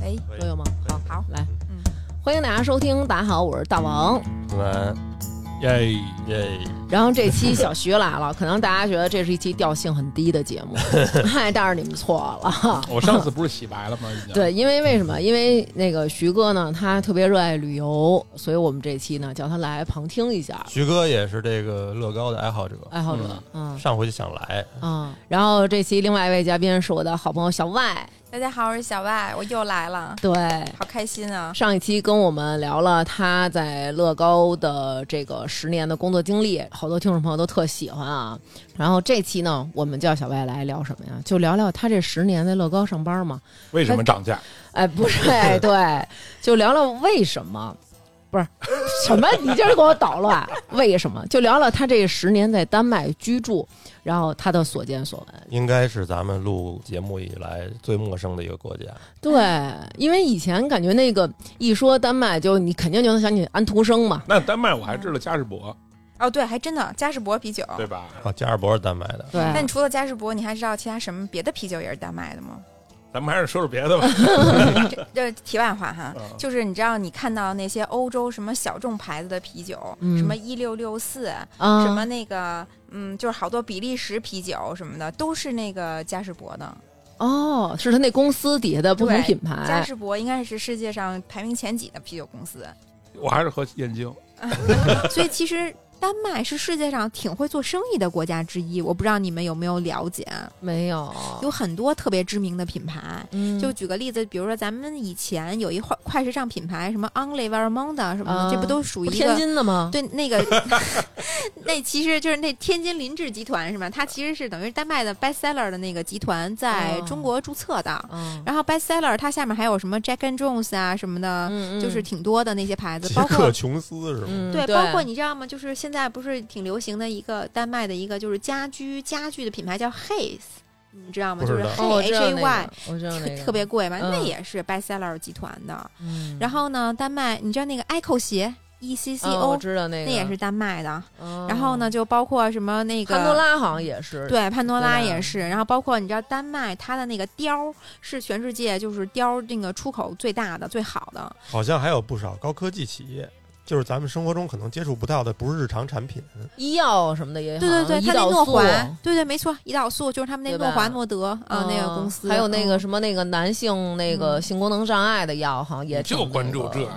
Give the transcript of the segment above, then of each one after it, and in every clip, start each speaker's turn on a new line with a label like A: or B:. A: 可以
B: 都有吗？
A: 可以
B: 好，
A: 好
B: 来，
C: 嗯
B: 欢迎大家收听，大家好，我是大王。
A: 晚安，耶耶，
B: 然后这期小徐来了，可能大家觉得这是一期调性很低的节 目，嗨，但是你们错了。
D: 我上次不是洗白了吗？已经。
B: 对，因为为什么？因为那个徐哥呢，他特别热爱旅游，所以我们这期呢叫他来旁听一下
A: 徐哥也是这个乐高的爱好者，
B: 爱好者。嗯
A: 上回就想来，
B: 嗯，然后这期另外一位嘉宾是我的好朋友小外，
C: 大家好，我是小外，我又来了，
B: 对，
C: 好开心啊！
B: 上一期跟我们聊了他在乐高的这个十年的工作经历，好多听众朋友都特喜欢啊。然后这期呢，我们叫小外来聊什么呀？就聊聊他这十年在乐高上班嘛。
D: 为什么涨价？
B: 哎，不 是，哎，对，就聊聊为什么。哎不是什么，你这是给我捣乱？为什么？就聊聊他这十年在丹麦居住，然后他的所见所闻。
A: 应该是咱们录节目以来最陌生的一个国家，
B: 对，因为以前感觉那个一说丹麦，就你肯定就能想起安徒生嘛，
D: 那丹麦我还知
B: 嗯
D: 道嘉士伯，
C: 哦，对，还真的嘉士伯啤酒。
D: 对吧？
E: 哦
A: 啊，加尔伯是丹麦的，
B: 对，
C: 但除了嘉士伯，你还知道其他什么别的啤酒也是丹麦的 吗？
D: 咱们还是说说别 的吧。
C: 这这题外话哈，
D: 嗯
C: 就是你知道你看到那些欧洲什么小众牌子的啤酒，
B: 嗯
C: 什么一六六四，
B: 啊
C: 什么那个嗯，就是好多比利时啤酒什么的，都是那个嘉士伯的。
B: 哦，是他那公司底下的不同
C: 对
B: 品
C: 嘉
B: 牌，
C: 士伯应该是世界上排名前几的啤酒公司，
D: 我还是喝燕京，
C: 所以其实丹麦是世界上挺会做生意的国家之一。我不知道你们有没有了解，啊
B: 没有，
C: 有很多特别知名的品牌。
B: 嗯
C: 就举个例子，比如说咱们以前有一快快时尚品牌，什么 Only Vermonda 什么
B: 啊
C: 的，这不都属于
B: 不
C: 一
B: 天
C: 个？
B: 津的吗？
C: 对，那个 那其实就是那天津林志集团是吗？它其实是等于丹麦的 bestseller 的那个集团在
B: 哦
C: 中国注册的。
B: 嗯，
C: 然后 bestseller 它下面还有什么 Jack and Jones 啊什么的，
B: 嗯
C: 就是挺多的那些牌子，
A: 杰
C: 包括
A: 克琼斯是吗？
B: 嗯
C: 对，包括你知道吗？就是现在不是挺流行的一个丹麦的一个就是家居家具的品牌叫 Hays，你知道吗？
A: 不
C: 就是
A: 知道
C: H
B: 哦，我知
C: H
B: 道
C: A
B: 那
C: Y，
B: 个，我知道那个
C: 特别，贵嘛，
B: 嗯
C: 那也是 bestseller 集团的。
B: 嗯
C: 然后呢，丹麦你知道那个 Echo 鞋 E C C
B: 嗯我
C: O，
B: 知道那个，
C: 那也是丹麦的。
B: 嗯。
C: 然后呢，就包括什么那个
B: 潘多。拉好像也是，
C: 对，潘多拉
B: 对吧
C: 也是，然后包括你知道丹麦，它的那个貂是全世界就是貂那个出口最大的、最好的，
E: 好像还有不少高科技企业，就是咱们生活中可能接触不到的，不是日常产品。
C: 嗯
B: 医药什么的也好，
C: 对对对，
B: 胰
C: 他那
B: 岛
C: 诺
B: 素
C: 环，对对，没错，胰岛素就是他们那
B: 对
C: 诺
B: 吧
C: 环诺德啊那个公司，
B: 哦还有那个
C: 嗯
B: 什么那个男性那个
C: 嗯
B: 性功能障碍的药，好像也
D: 你就
B: 挺那
D: 关注
B: 个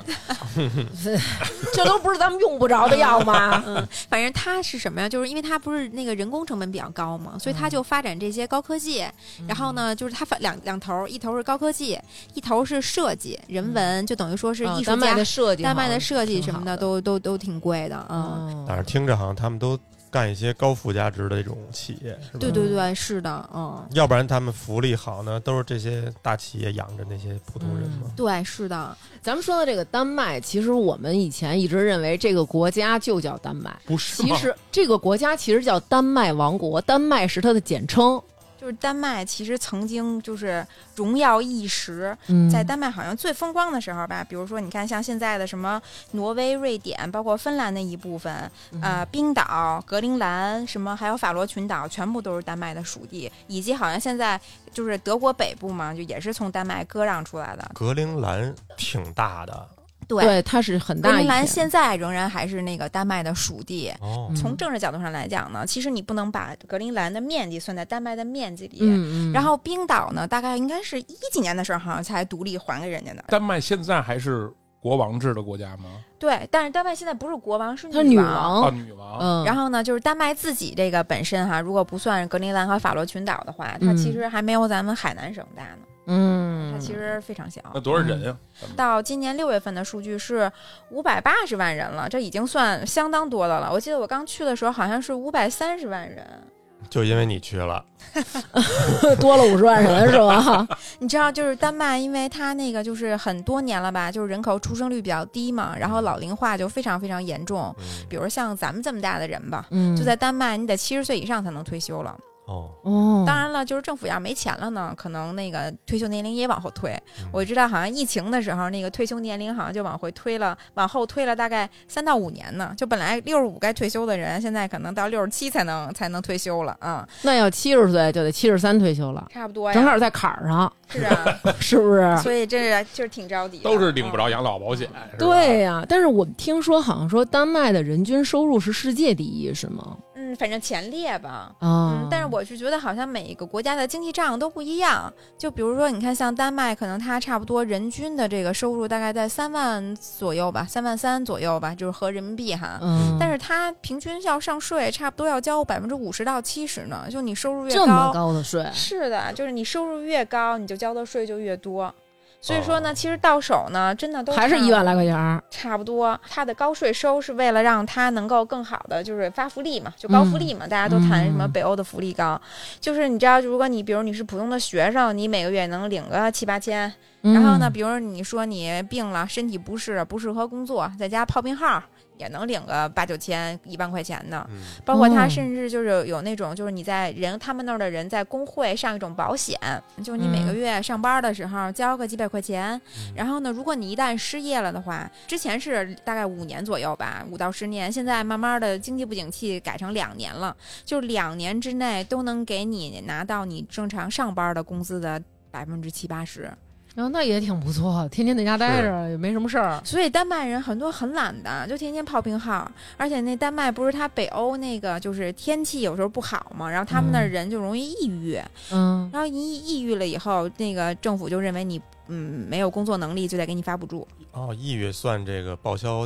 D: 这，
B: 这都不是咱们用不着的药 吗？
C: 嗯，反正它是什么呀？就是因为它不是那个人工成本比较高嘛，所以
B: 嗯
C: 它就发展这些高科技。然后呢，就是它反两两头儿，一头是高科技，一头是设计、人文，就等于说是
B: 啊
C: 艺术
B: 丹麦
C: 家
B: 的。设计好像挺好，
C: 丹麦的设计什么的都都都挺贵的啊。
B: 哦
E: 但是听着好像他们都干一些高附加值的这种企业，是吧？
C: 对对对，是的，嗯，
E: 要不然他们福利好呢，都是这些大企业养着那些普通人嘛。
C: 对，是的，
B: 咱们说到这个丹麦，其实我们以前一直认为这个国家就叫丹麦，
D: 不是
B: 其
D: 吗？
B: 实这个国家其实叫丹麦王国，丹麦是它的简称。
C: 就是丹麦其实曾经就是荣耀一时，
B: 嗯
C: 在丹麦好像最风光的时候吧，比如说你看像现在的什么挪威、瑞典，包括芬兰那一部分，
B: 嗯
C: 呃，冰岛、格陵兰什么，还有法罗群岛，全部都是丹麦的属地，以及好像现在就是德国北部嘛，就也是从丹麦割让出来的。
E: 格陵兰挺大的
C: 对
B: 对，它是很
C: 格
B: 大一
C: 陵兰
B: 片。
C: 现在仍然还是那个丹麦的属地。
E: 哦
B: 嗯
C: 从政治角度上来讲呢，其实你不能把格陵兰的面积算在丹麦的面积里。
B: 嗯嗯，
C: 然后冰岛呢，大概应该是一几年的时候，好像才独立还给人家的。
D: 丹麦现在还是国王制的国家吗？
C: 对，但是丹麦现在不是国王，是
B: 它是女
C: 王。
D: 啊，
B: 王，
D: 女王，
B: 嗯，
C: 然后呢，就是丹麦自己这个本身哈，如果不算格陵兰和法罗群岛的话，它
B: 嗯
C: 其实还没有咱们海南省大呢，
B: 嗯，
C: 它其实非常小。
D: 那多少人啊？
C: 到今年六月份的数据是五百八十万人了，这已经算相当多的了。我记得我刚去的时候好像是五百三十万人，
E: 就因为你去了，
B: 多了五十万人是 吧？
C: 你知道，就是丹麦，因为它那个就是很多年了吧，就是人口出生率比较低嘛，
B: 嗯
C: 然后老龄化就非常非常严重。
E: 嗯，
C: 比如像咱们这么大的人吧，
B: 嗯，
C: 就在丹麦，你得七十岁以上才能退休了。
A: 哦，
B: 哦，
C: 当然了，就是政府要没钱了呢，可能那个退休年龄也往后推。
E: 嗯
C: 我知道好像疫情的时候，那个退休年龄好像就往回推了，往后推了大概三到五年呢。就本来六十五该退休的人，现在可能到六十七才能才能退休了啊、
B: 那要七十岁就得七十三退休了，
C: 差不多呀，
B: 正好在坎儿 上，
C: 是啊，
B: 是不是？
C: 所以这啊就是挺着急的，
D: 都是领
C: 嗯。
D: 不着养老保险，是吧
B: 对呀、但是我们听说好像说丹麦的人均收入是世界第一，是吗？
C: 嗯，反正前列吧。
B: 啊、
C: 嗯，但是我是觉得好像每个国家的经济账都不一样。就比如说，你看像丹麦，可能它差不多人均的这个收入大概在三万左右吧，三万三左右吧，就是合人民币哈。
B: 嗯，
C: 但是它平均要上税，差不多要交百分之五十到七十呢。就你收入越
B: 这么高的税，
C: 是的，就是你收入越高，你就交的税就越多。所以说呢，
A: 哦
C: 其实到手呢，真的都
B: 还是
C: 差
B: 一万来块钱儿，
C: 差不多。它的高税收是为了让它能够更好的就是发福利嘛，就高福利嘛，大家都谈什么
B: 嗯
C: 北欧的福利高，就是你知道，如果你比如你是普通的学生，你每个月能领个七八千，然后呢，
B: 嗯
C: 比如你说你病了，身体不适，不适合工作，在家泡病号也能领个八九千、一万块钱呢。
E: 嗯
C: 包括他
B: 哦
C: 甚至就是有有那种，就是你在人他们那儿的人在工会上一种保险，就是你每个
B: 嗯
C: 月上班的时候交个几百块钱，
E: 嗯
C: 然后呢，如果你一旦失业了的话，之前是大概五年左右吧，五到十年，现在慢慢的经济不景气改成两年了，就是两年之内都能给你拿到你正常上班的工资的百分之七八十。
B: 然后那也挺不错，天天在家待着也没什么事儿，
C: 所以丹麦人很多很懒的，就天天泡冰号。而且那丹麦不是它北欧那个就是天气有时候不好嘛，然后他们那儿
B: 嗯
C: 人就容易抑郁，
B: 嗯，
C: 然后一抑郁了以后，那个政府就认为你嗯没有工作能力，就得给你发补助，
E: 哦，抑郁算这个报销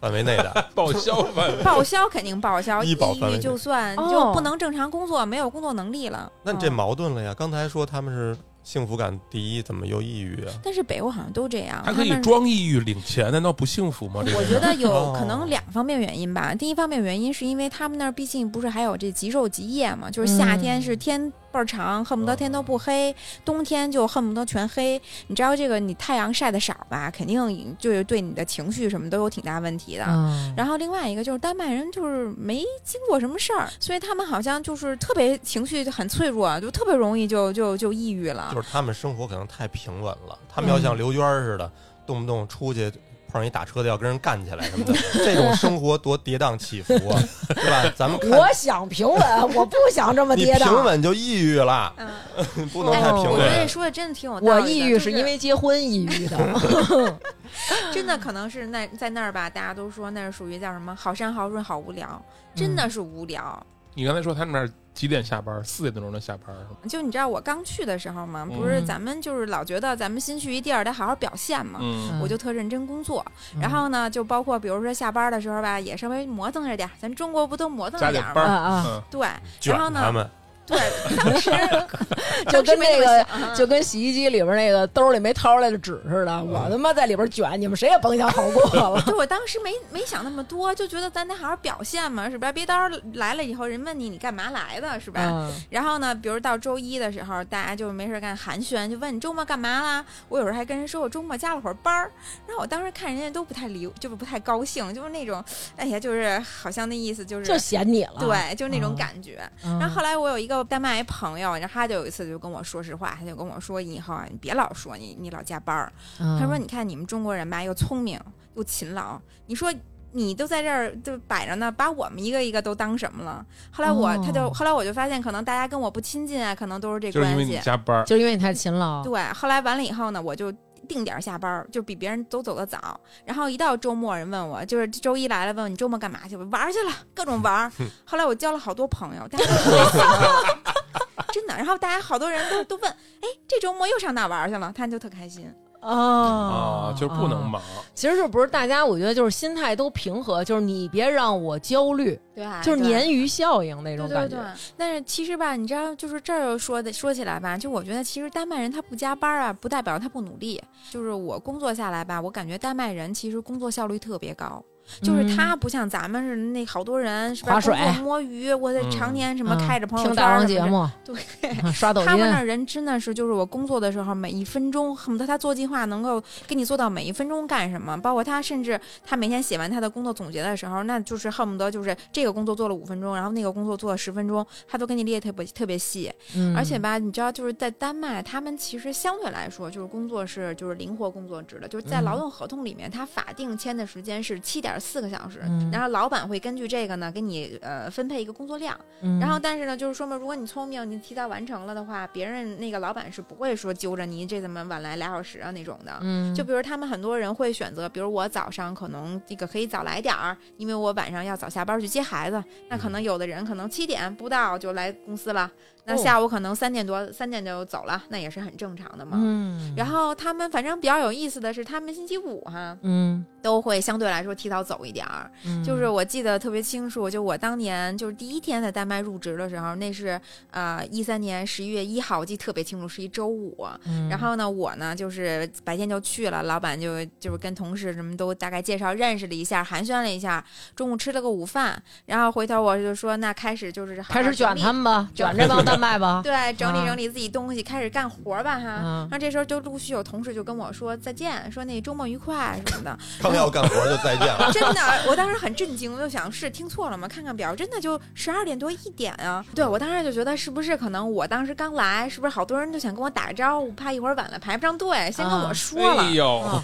E: 范围内 的，
D: 报销吧。
C: 报销肯定报销，抑
E: 医保范围
C: 郁
E: 内
C: 就算
B: 哦
C: 你就不能正常工作，没有工作能力了。
E: 那你这
C: 嗯
E: 矛盾了呀？刚才说他们是幸福感第一，怎么又抑郁啊？
C: 但是北欧好像都这样，
D: 还可以
C: 们
D: 装抑郁领钱，难道不幸福吗？这个
C: 我
D: 人
C: 觉得有
E: 哦
C: 可能两方面原因吧。第一方面原因是因为他们那儿毕竟不是还有这极昼极夜嘛，就是夏天是天倍儿长，恨不得天都不黑；冬天就恨不得全黑。你知道这个，你太阳晒的少吧，肯定就是对你的情绪什么都有挺大问题的。
B: 嗯，
C: 然后另外一个就是丹麦人就是没经过什么事儿，所以他们好像就是特别情绪很脆弱，就特别容易就就就抑郁了。
E: 就是他们生活可能太平稳了，他们要像刘娟儿似
C: 嗯
E: 的，动不动出去碰上一打车的要跟人干起来 什么的，这种生活多跌宕起伏啊，对吧？咱们看
B: 我想平稳，我不想这么
E: 你
B: 跌
E: 平
B: 宕。
E: 稳就抑郁了，
C: 嗯，
E: 不能太平
C: 我觉
E: 稳。
C: 得这说的真的挺有道
B: 我
C: 理的。
B: 抑郁是因嗯为结婚抑郁 的，
C: 真的可能是那在那儿吧，大家都说那是属于叫什么好山好水好无聊，真的是无聊。
D: 你刚才说他们那儿几点下班？四点多钟就下班是吗？
C: 就你知道我刚去的时候嘛，
D: 嗯
C: 不是咱们就是老觉得咱们新去一地儿得好好表现嘛。
D: 嗯，
C: 我就特认真工作，
B: 嗯，
C: 然后呢，就包括比如说下班的时候吧，也稍微磨蹭着点儿。咱中国不都磨蹭
D: 加
C: 着
D: 点
C: 点儿
B: 啊
D: 班
C: 吗？
B: 啊，
D: 嗯，
C: 对
E: 卷
C: 然后呢
E: 他哎们，
C: 对，当时
D: 嗯
B: 就跟嗯那个
C: 当时没么想嗯
B: 就跟洗衣机里边那个兜里没掏出来的纸似的，
D: 嗯
B: 我他妈在里边卷，你们谁也甭想好过了。
C: 就我当时没没想那么多，就觉得咱得好好表现嘛，是吧？别到时候来了以后，人问你你干嘛来的，是吧？
B: 嗯
C: 然后呢，比如到周一的时候，大家就没事干寒暄，就问你周末干嘛啦？我有时候还跟人说我周末加了会儿班儿。然后我当时看人家都不太理，就是不太高兴，就是那种，哎呀，就是好像那意思就是。
B: 就嫌你了。
C: 对，就是那种
B: 嗯
C: 感觉。
B: 嗯，
C: 然后后来我有一个丹麦朋友，然后他就有一次就跟我说实话，他就跟我说：“以后啊，你别老说你你老加班儿。
B: 嗯
C: 他说：“你看你们中国人吧，又聪明又勤劳，你说。”你都在这儿就摆着呢，把我们一个一个都当什么了？后来我、
B: 哦
C: 他就后来我就发现，可能大家跟我不亲近啊，可能都是这
D: 就是因
C: 关
D: 为你
C: 系。
D: 加班，
B: 就是因为你太勤劳，
C: 对，后来完了以后呢，我就定点下班儿，就比别人都走得早。然后一到周末，人问我，就是周一来了，问我你周末干嘛去？我玩儿去了，各种玩 儿。后来我交了好多朋友，大家都特别喜欢我 真的。然后大家好多人都都问，哎，这周末又上哪玩儿去了？他们就特开心。
B: 啊
D: 啊，就是
B: 嗯
D: 不能。忙，
B: 其实就不是大家，我觉得就是心态都平和，就是你别让我焦虑，
C: 对，啊
B: 就是
C: 哎对
B: 鲶鱼效应那种感觉。
C: 但是其实吧，你知道，就是这儿又说的说起来吧，就我觉得其实丹麦人他不加班啊，不代表他不努力。就是我工作下来吧，我感觉丹麦人其实工作效率特别高，就是
B: 嗯
C: 他不像咱们是那好多人是吧？
B: 划水
C: 工作摸鱼，我得
D: 嗯
C: 常年什么
B: 嗯
C: 开着朋友
B: 听
C: 圈
B: 大
C: 儿
B: 王
C: 什么
B: 节
C: 的。
B: 目，
C: 对
B: 啊， 刷抖
C: 他们
B: 音
C: 那，儿人真的是，就是我工作的时候，每一分钟恨不得他做计划能够给你做到每一分钟干什么，包括他甚至他每天写完他的工作总结的时候，那就是恨不得就是这个工作做了五分钟，然后那个工作做了十分钟，他都给你列特别特别细。
B: 嗯
C: 而且吧，你知道就是在丹麦，他们其实相对来说就是工作是就是灵活工作制的，就是在
B: 嗯
C: 劳动合同里面，他法定签的时间是七点四个小时，
B: 嗯
C: 然后老板会根据这个呢给你呃分配一个工作量。
B: 嗯
C: 然后，但是呢，就是说嘛，如果你聪明，你提早完成了的话，别人那个老板是不会说揪着你这怎么晚来俩小时啊那种的。
B: 嗯，
C: 就比如他们很多人会选择，比如我早上可能这个可以早来点儿，因为我晚上要早下班去接孩子。那可能有的人可能七点不到就来公司了，那
B: 嗯哦
C: 下午可能三点多三点就走了，那也是很正常的嘛。
B: 嗯，
C: 然后他们反正比较有意思的是，他们星期五哈、
B: 嗯，
C: 都会相对来说提早走一点儿，
B: 嗯
C: 就是我记得特别清楚，就我当年就是第一天在丹麦入职的时候，那是呃一三年十一月一号，我记得特别清楚，是一周五。
B: 嗯
C: 然后呢，我呢就是白天就去了，老板就就是跟同事什么都大概介绍认识了一下，寒暄了一下，中午吃了个午饭，然后回头我就说那开始就是好好
B: 开始卷
C: 整理
B: 他们吧，
C: 整
B: 卷
C: 理
B: 这帮丹麦吧，
C: 对，整
B: 啊
C: 理整理自己东西，开始干活儿吧哈。
B: 啊
C: 然后这时候就陆续有同事就跟我说再见，说那周末愉快什么的。
E: 刚要干活就再见 了。
C: 真的，我当时很震惊，我就想是听错了吗？看看表，真的就十二点多一点啊！对我当时就觉得是不是可能我当时刚来，是不是好多人就想跟我打个招呼，怕一会儿晚了排不上队，先跟我说了。
D: 哎呦，
B: 啊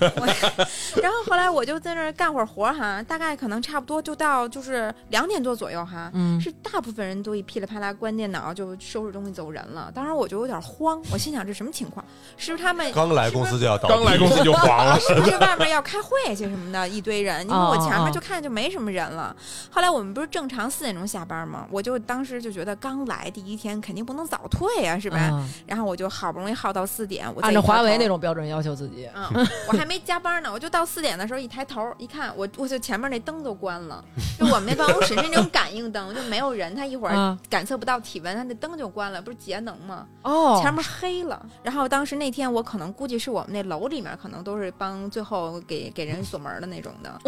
C: 然后后来我就在那儿干会儿活儿哈，大概可能差不多就到就是两点多左右哈。
B: 嗯，
C: 是大部分人都一噼里啪啦关电脑就收拾东西走人了，当时我就有点慌，我心想这什么情况？是不是他们
E: 刚来公司就要倒闭，
D: 刚来公司就黄了，
C: 是不是外面要开会去什么的，一堆人，因为我
B: 哦哦
C: 前
B: 哦
C: 面就看就没什么人了。后来我们不是正常四点钟下班吗？我就当时就觉得刚来第一天肯定不能早退啊，是吧？
B: 啊
C: 然后我就好不容易耗到四点，我再
B: 按照
C: 一抬头
B: 华为那。种标准要求自 己，
C: 嗯，我还没加班呢，我就到四点的时候一抬头一看，我我就前面那灯都关了，就我们那办公室是那种感应灯，就没有人，它一会儿
B: 啊
C: 感测不到体温，它那灯就关了，不是节能吗？
B: 哦
C: 前面黑了。然后当时那天我可能估计是我们那楼里面可能都是帮最后给给人锁门的那种 的。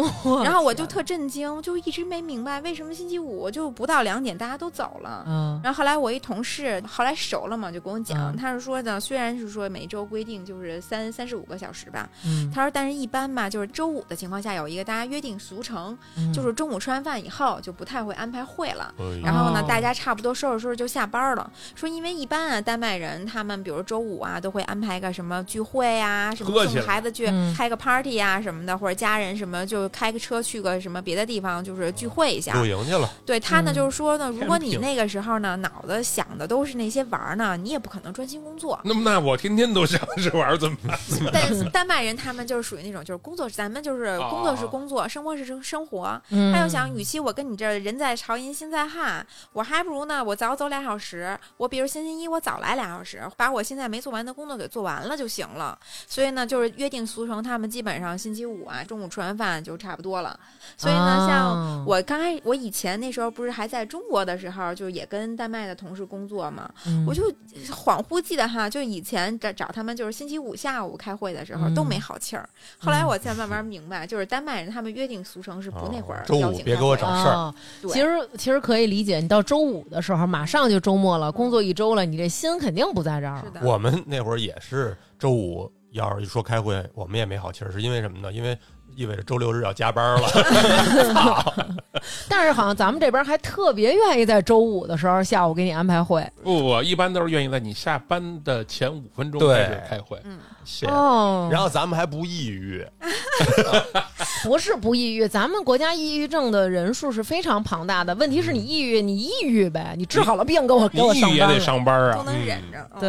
C: 然后我就特震惊，就一直没明白为什么星期五就不到两点大家都走了。
B: 嗯
C: 然后后来我一同事，后来熟了嘛，就跟我讲，
B: 嗯
C: 他是说呢，虽然是说每周规定就是三三十五个小时吧，
B: 嗯，
C: 他说但是一般吧，就是周五的情况下有一个大家约定俗成，
B: 嗯
C: 就是中午吃完饭以后就不太会安排会了。
E: 哎
C: 然后呢
B: 哦，
C: 大家差不多收拾收拾就下班了。说因为一般啊，丹麦人他们比如周五啊，都会安排个什么聚会啊，什么
D: 喝起
C: 送
D: 来
C: 孩子去
B: 嗯
C: 开个 party 啊什么的，或者家人什么就开个车去个什么别的地方，就是聚会一下。
E: 露营去了，
C: 对他呢，
B: 嗯
C: 就是说呢，如果你
D: Camping
C: 那个时候呢，脑子想的都是那些玩儿呢，你也不可能专心工作。
D: 那么那我天天都想这玩意儿怎么办？
C: 但丹麦人他们就是属于那种，就是工作，咱们就是工作是工作，生活是生生活。他
B: 嗯
C: 又想，与其我跟你这儿人在朝营心在汉，我还不如呢，我早走俩小时。我比如星期一我早来俩小时，把我现在没做完的工作给做完了就行了。所以呢，就是约定俗成，他们基本上星期五啊中午吃完饭就差不多了。所以呢，像
B: 像
C: 我刚开我以前那时候不是还在中国的时候，就也跟丹麦的同事工作嘛，
B: 嗯
C: 我就恍惚记得哈，就以前找找他们就是星期五下午开会的时候
B: 嗯
C: 都没好气儿，后来我才慢慢明白，就是丹麦人他们约定俗成是不那会儿
E: 哦周五
C: 邀请
E: 别
C: 开
E: 给我
C: 会
E: 找
C: 的
E: 事儿
B: 哦
C: 对
B: 其实其实可以理解，你到周五的时候，马上就周末了，工作一周了，你这心肯定不在这儿
C: 是
B: 了。
C: 的，
E: 我们那会儿也是周五，要是一说开会，我们也没好气儿，是因为什么呢？因为意味着周六日要加班了。
B: 但是好像咱们这边还特别愿意在周五的时候下午给你安排会
D: 不不，一般都是愿意在你下班的前五分钟
E: 对
D: 开始开会。
C: 嗯，
E: 谢谢
B: 哦。
E: 然后咱们还不抑郁，啊
B: 不是不抑郁，咱们国家抑郁症的人数是非常庞大的。问题是你抑郁，你抑郁呗，你治好了病，给我给
D: 你
B: 我
D: 嗯抑
B: 上
D: 郁也
B: 班
D: 得
B: 来。
D: 上班
C: 都
D: 啊，
C: 能忍着。嗯，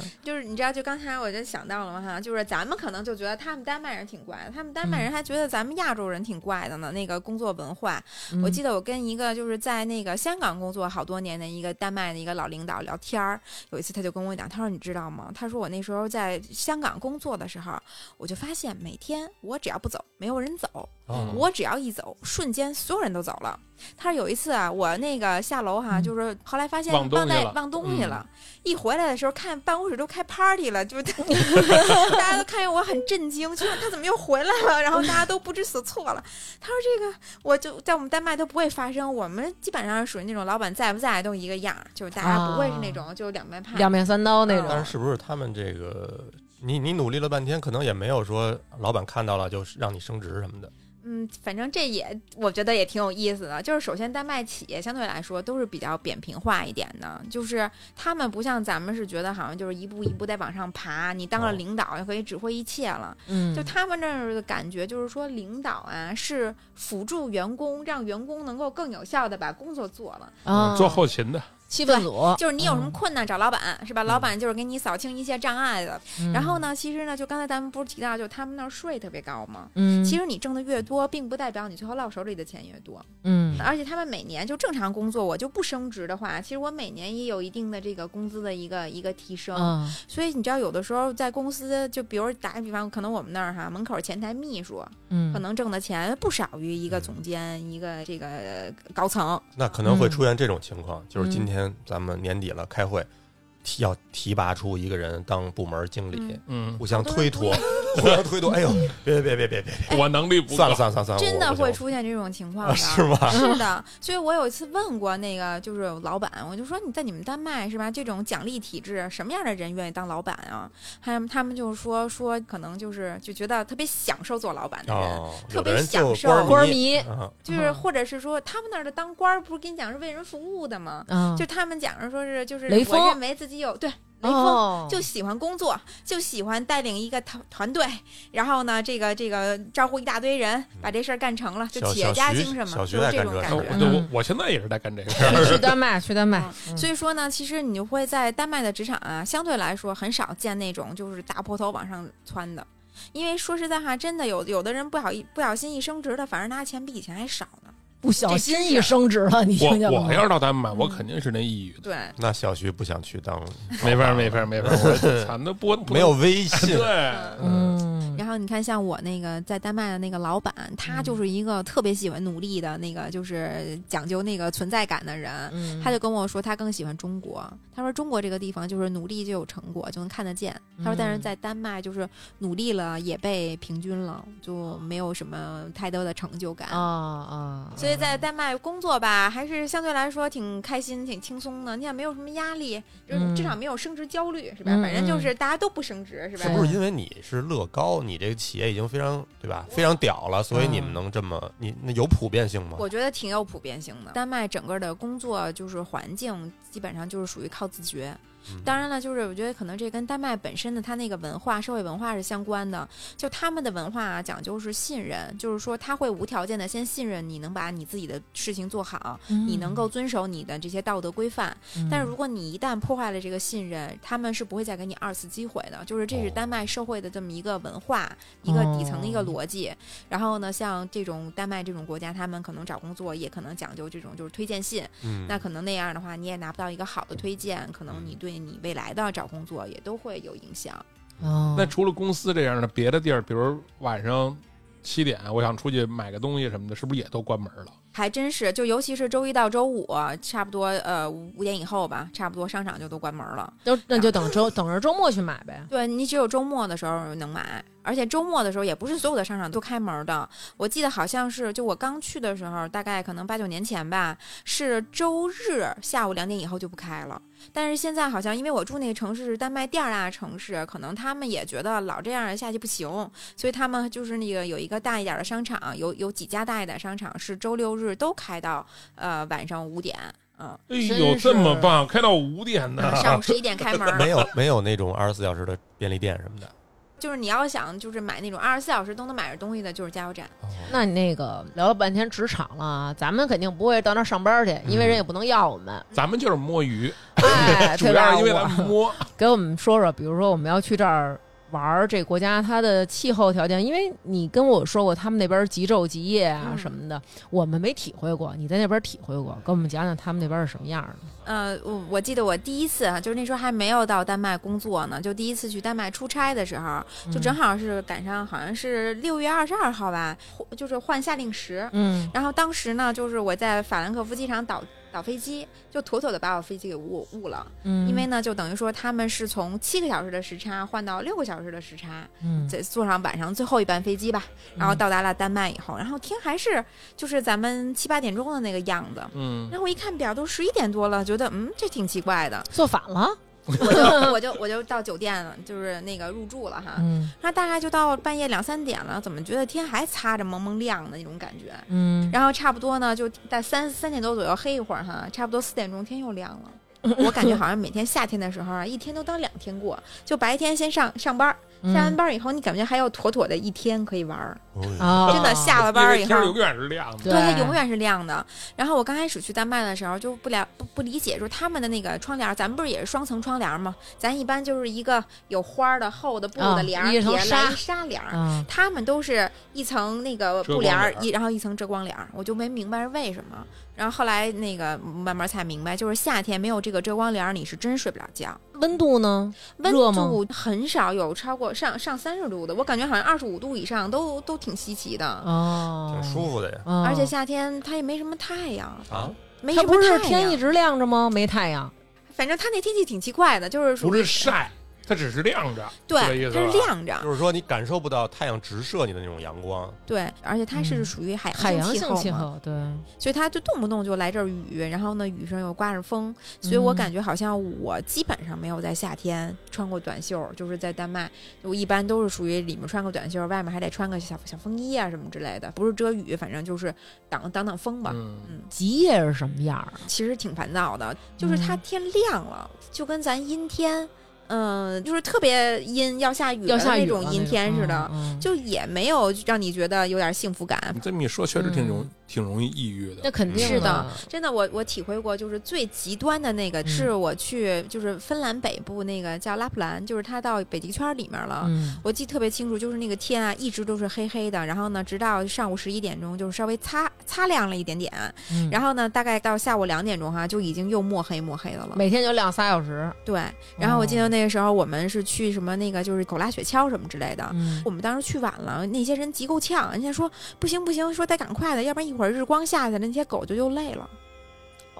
B: 对，
C: 就是你知道，就刚才我就想到了嘛哈，就是咱们可能就觉得他们丹麦人挺怪的，他们丹麦人还觉得咱们亚洲人挺怪的呢。那个工作文化，
B: 嗯
C: 我记得我跟一个就是在那个香港工作好多年的一个丹麦的一个老领导聊天儿，有一次他就跟我讲，他说你知道吗？他说我那时候在香港工作的时候，我就发现每天我只要不走，没有人走，走，
E: 嗯
C: 我只要一走，瞬间所有人都走了。他是有一次啊，我那个下楼哈、
B: 嗯
C: 就是后来发现
D: 忘东西
C: 忘带
D: 了
C: 忘东
D: 嗯
C: 西了，一回来的时候看办公室都开 party 了，就 大家都看见我很震惊，就他怎么又回来了？然后大家都不知所措了。他说这个我就在我们丹麦都不会发生，我们基本上是属于那种老板在不在都一个样儿，就是大家不会
D: 啊
C: 是那种、就两边派。
B: 两面三刀那
E: 但
B: 种
E: 是是不是他们这个，你你努力了半天，可能也没有说老板看到了就是让你升职什么的。
C: 嗯，反正这也我觉得也挺有意思的。就是首先，丹麦企业相对来说都是比较扁平化一点的，就是他们不像咱们是觉得好像就是一步一步在往上爬，你当了
E: 哦
C: 领导就可以指挥一切了。
B: 嗯，
C: 就他们这儿的感觉，就是说领导啊是辅助员工，让员工能够更有效的把工作做了。
B: 啊，
D: 嗯做后勤的，
B: 气氛组，
C: 就是你有什么困难找老板是吧？老板就是给你扫清一切障碍的。
B: 嗯
C: 然后，呢，其实呢，就刚才咱们不是提到，就他们那儿税特别高吗？
B: 嗯，
C: 其实你挣的越多，并不代表你最后落手里的钱越多。
B: 嗯
C: 而且他们每年就正常工作，我就不升职的话，其实我每年也有一定的这个工资的一个一个提升。
B: 嗯
C: 所以你知道，有的时候在公司，就比如打个比方，可能我们那儿哈门口前台秘书，
B: 嗯，
C: 可能挣的钱不少于一个总监、一个这个呃高层。
E: 那可能会
B: 嗯
E: 出现这种情况，就是今天咱们年底了，开会提要提拔出一个人当部门经理，
D: 嗯，
E: 互相推脱， 互相推脱。哎呦，别别别别别别，
D: 我能力不
E: 算了
D: 够，
E: 算了算了算了，
C: 真的
E: 我不行
C: 会出现这种情况
E: 啊
C: 的，
E: 是吗？
C: 是的， 所以我有一次问过那个就是老板，我就说你在你们丹麦是吧？这种奖励体制，什么样的人愿意当老板啊？还有他们就说说可能就是就觉得特别享受做老板的人，
E: 哦，
C: 特
E: 有的
C: 别
E: 人就
C: 享受
B: 官儿
E: 迷，
B: 迷，
E: 啊
C: 就是
B: 嗯
C: 或者是说他们那儿的当官儿不是跟你讲是为人服务的吗？
B: 啊，
C: 就他们讲着说是就是
B: 雷锋
C: 我认为自己有对雷锋。
B: 哦
C: 就喜欢工作，就喜欢带领一个团团队，然后呢，这个这个招呼一大堆人，把这事儿干成了，就
E: 嗯小
C: 企业
E: 小
C: 家
E: 徐
C: 精神嘛，
E: 小
C: 就
E: 徐
C: 是
E: 在
C: 这
E: 干
C: 种
E: 这
C: 感
E: 事
D: 我
E: 儿
C: 觉。
B: 嗯
D: 对我我现在也是在干这个 事儿，
B: 去去丹麦，去丹麦，嗯
C: 所以说呢，其实你就会在丹麦的职场啊，相对来说很少见那种就是大坡头往上窜的，因为说实在话，真的有有的人不好意不小心一升职的，反而拿钱比以前还少呢。
B: 不小心一升职了，你啊听见
D: 我
B: 了吗嗯
D: 我要是到丹麦，我肯定是那抑郁的，
C: 对，
E: 那小徐不想去当，
C: 哎
D: 没法儿没法儿没法儿，我操，那不
E: 没有微 信，
D: 对，
B: 嗯，
C: 然后你看，像我那个在丹麦的那个老板，他就是一个特别喜欢努力的那个，就是讲究那个存在感的人。
B: 嗯
C: 他就跟我说，他更喜欢中国。他说中国这个地方就是努力就有成果，就能看得见。他说，但是
B: 嗯
C: 在丹麦就是努力了也被平均了，就没有什么太多的成就感。
B: 啊啊，
C: 所以在丹麦工作吧，还是相对来说挺开心、挺轻松的。你也没有什么压力，就是
B: 嗯
C: 至少没有升职焦虑，是吧？
B: 嗯
C: 反正就
B: 嗯
C: 是大家都不升职，是吧？
E: 是不是因为你是乐高，你这个企业已经非常对吧，非常屌了，所以你们能这么，你那有普遍性吗？
C: 我觉得挺有普遍性的。丹麦整个的工作就是环境，基本上就是属于靠自觉。
E: 嗯
C: 当然了，就是我觉得可能这跟丹麦本身的它那个文化、社会文化是相关的。就他们的文化、啊、讲究是信任，就是说他会无条件的先信任你能把你自己的事情做好，你能够遵守你的这些道德规范。
B: 嗯，
C: 但是如果你一旦破坏了这个信任，他们是不会再给你二次机会的。就是这是
E: 哦
C: 丹麦社会的这么一个文化，一个底层的一个
B: 哦
C: 逻辑。然后呢，像这种丹麦这种国家，他们可能找工作也可能讲究这种就是推荐信。
E: 嗯，。
C: 那可能那样的话，你也拿不到一个好的推荐，可能
B: 嗯
C: 你对你未来的找工作也都会有影响。
B: 哦
D: 那除了公司这样的，别的地儿，比如晚上七点，我想出去买个东西什么的，是不是也都关门了？
C: 还真是，就尤其是周一到周五，差不多呃五五点以后吧，差不多商场就都关门了。
B: 就那就
C: 嗯
B: 等周等着周末去买呗。
C: 对你只有周末的时候能买，而且周末的时候也不是所有的商场都开门的。我记得好像是就我刚去的时候，大概可能八九年前吧，是周日下午两点以后就不开了。但是现在好像因为我住那个城市是丹麦第二大城市，可能他们也觉得老这样下去不行，所以他们就是那个有一个大一点的商场，有有几家大一点商场是周六日都开到呃晚上五点，嗯，
D: 哎
B: 真
D: 呦，
B: 是
D: 这么棒，开到五点呢！
C: 上午十一点开门
E: 没有没有那种二十四小时的便利店什么的。
C: 就是你要想就是买那种二十四小时都能买着东西的，就是加油站。
B: 那你那个聊了半天职场了啊，咱们肯定不会到那儿上班去，因为人也不能要我们。
D: 咱们就是摸鱼，
B: 嗯哎，
D: 主
B: 对
D: 要
B: 吧？
D: 是因为咱
B: 我
D: 们摸。
B: 给我们说说，比如说我们要去这儿玩儿这国家它的气候条件，因为你跟我说过他们那边儿极昼极夜啊
C: 嗯
B: 什么的，我们没体会过，你在那边儿体会过，跟我们讲讲他们那边儿是什么样儿的？
C: 呃，我我记得我第一次啊，就是那时候还没有到丹麦工作呢，就第一次去丹麦出差的时候，
B: 嗯
C: 就正好是赶上好像是六月二十二号吧，换就是换夏令时。
B: 嗯，
C: 然后当时呢，就是我在法兰克福机场倒倒飞机，就妥妥的把我飞机给误误了，
B: 嗯，
C: 因为呢，就等于说他们是从七个小时的时差换到六个小时的时差，
B: 嗯，，
C: 再坐上晚上最后一班飞机吧，然后到达了丹麦以后，然后天还是就是咱们七八点钟的那个样子。
D: 嗯，
C: 然后我一看表，都十一点多了，觉得嗯，这挺奇怪的
B: 做反了，
C: 我就我就我就到酒店了，就是那个入住了哈。
B: 嗯
C: 那大概就到半夜两三点了，怎么觉得天还擦着蒙蒙亮的那种感觉？
B: 嗯，
C: 然后差不多呢，就在三三点多左右黑一会儿哈，差不多四点钟天又亮 了。我感觉好像每天夏天的时候啊，一天都当两天过，就白天先上上班儿，
B: 嗯
C: 上完班儿以后，你感觉还有妥妥的一天可以玩儿。
E: 哦
B: 啊，
C: 真的下了班
D: 因
C: 儿
D: 为
C: 以
D: 天
C: 后
D: 儿，永远是亮的，
B: 对
C: 对，它永远是亮的。然后我刚开始去丹麦的时候就不了不不理解，就是他们的那个窗帘儿，咱们不是也是双层窗帘儿吗？咱一般就是一个有花儿的厚的布
B: 啊
C: 的帘儿，
B: 一
C: 叠
B: 层
C: 来
B: 纱
C: 一纱帘儿。
B: 啊，
C: 他们都是一层那个
D: 遮
C: 布
D: 光
C: 帘儿
D: 帘，儿
C: 一然后一层遮光帘儿，我就没明白是为什么。然后后来那个慢慢才明白，就是夏天没有这个遮光帘儿，你是真睡不了觉。
B: 温度呢？
C: 温
B: 热吗
C: 度很少有超过上上三十度的，我感觉好像二十五度以上都都挺稀奇的。
B: 哦，
E: 挺舒服的呀。
B: 啊，
C: 而且夏天它也没什么太阳，
E: 啊，
C: 没什
B: 它
C: 么
B: 不是
C: 太
B: 天
C: 阳
B: 一直亮着吗？没太阳，
C: 反正它那天气挺奇怪的，就是属
D: 不
C: 于
D: 是晒，它只是亮着，这
C: 对，
D: 意
C: 它
D: 思吧
C: 是亮着，
E: 就是说你感受不到太阳直射你的那种阳光，
C: 对，而且它
B: 嗯
C: 是属于海
B: 海洋
C: 性
B: 性气
C: 嘛，
B: 候，对，
C: 所以它就动不动就来这儿雨，然后呢雨上又刮着风，所以我
B: 嗯
C: 感觉好像我基本上没有在夏天穿过短袖，就是在丹麦，我一般都是属于里面穿个短袖，外面还得穿个小小风衣啊什么之类的，不是遮雨，反正就是挡挡挡风吧。
D: 嗯，
C: 嗯，
B: 极夜是什么样儿啊？
C: 其实挺烦躁的，就是它
B: 嗯
C: 天亮了，就跟咱阴天，嗯、就是特别阴要下雨
B: 要
C: 的
B: 下雨
C: 那种阴天似的，，
B: 嗯嗯
C: 就也没有让你觉得有点幸福感
D: 你。这么一说，确实挺容挺容易抑郁
B: 那
D: 的。
B: 肯定
C: 是
B: 嗯的啊
C: 的，真的，我我体会过，就是最极端的那个，
B: 嗯
C: 是我去就是芬兰北部那个叫拉普兰，就是它到北极圈里面了。
B: 嗯
C: 我记得特别清楚，就是那个天啊，一直都是黑黑的，然后呢，直到上午十一点钟，就是稍微擦擦亮了一点点，
B: 嗯，
C: 然后呢，大概到下午两点钟哈、就已经又墨黑墨黑的了。
B: 每天就亮仨小时，
C: 对，然后我记
B: 哦
C: 得那个时候我们是去什么那个就是狗拉雪橇什么之类的。
B: 嗯
C: 我们当时去晚了，那些人急够呛，人家说不行不行，说得赶快的，要不然一会儿日光下去了，那些狗就又累了。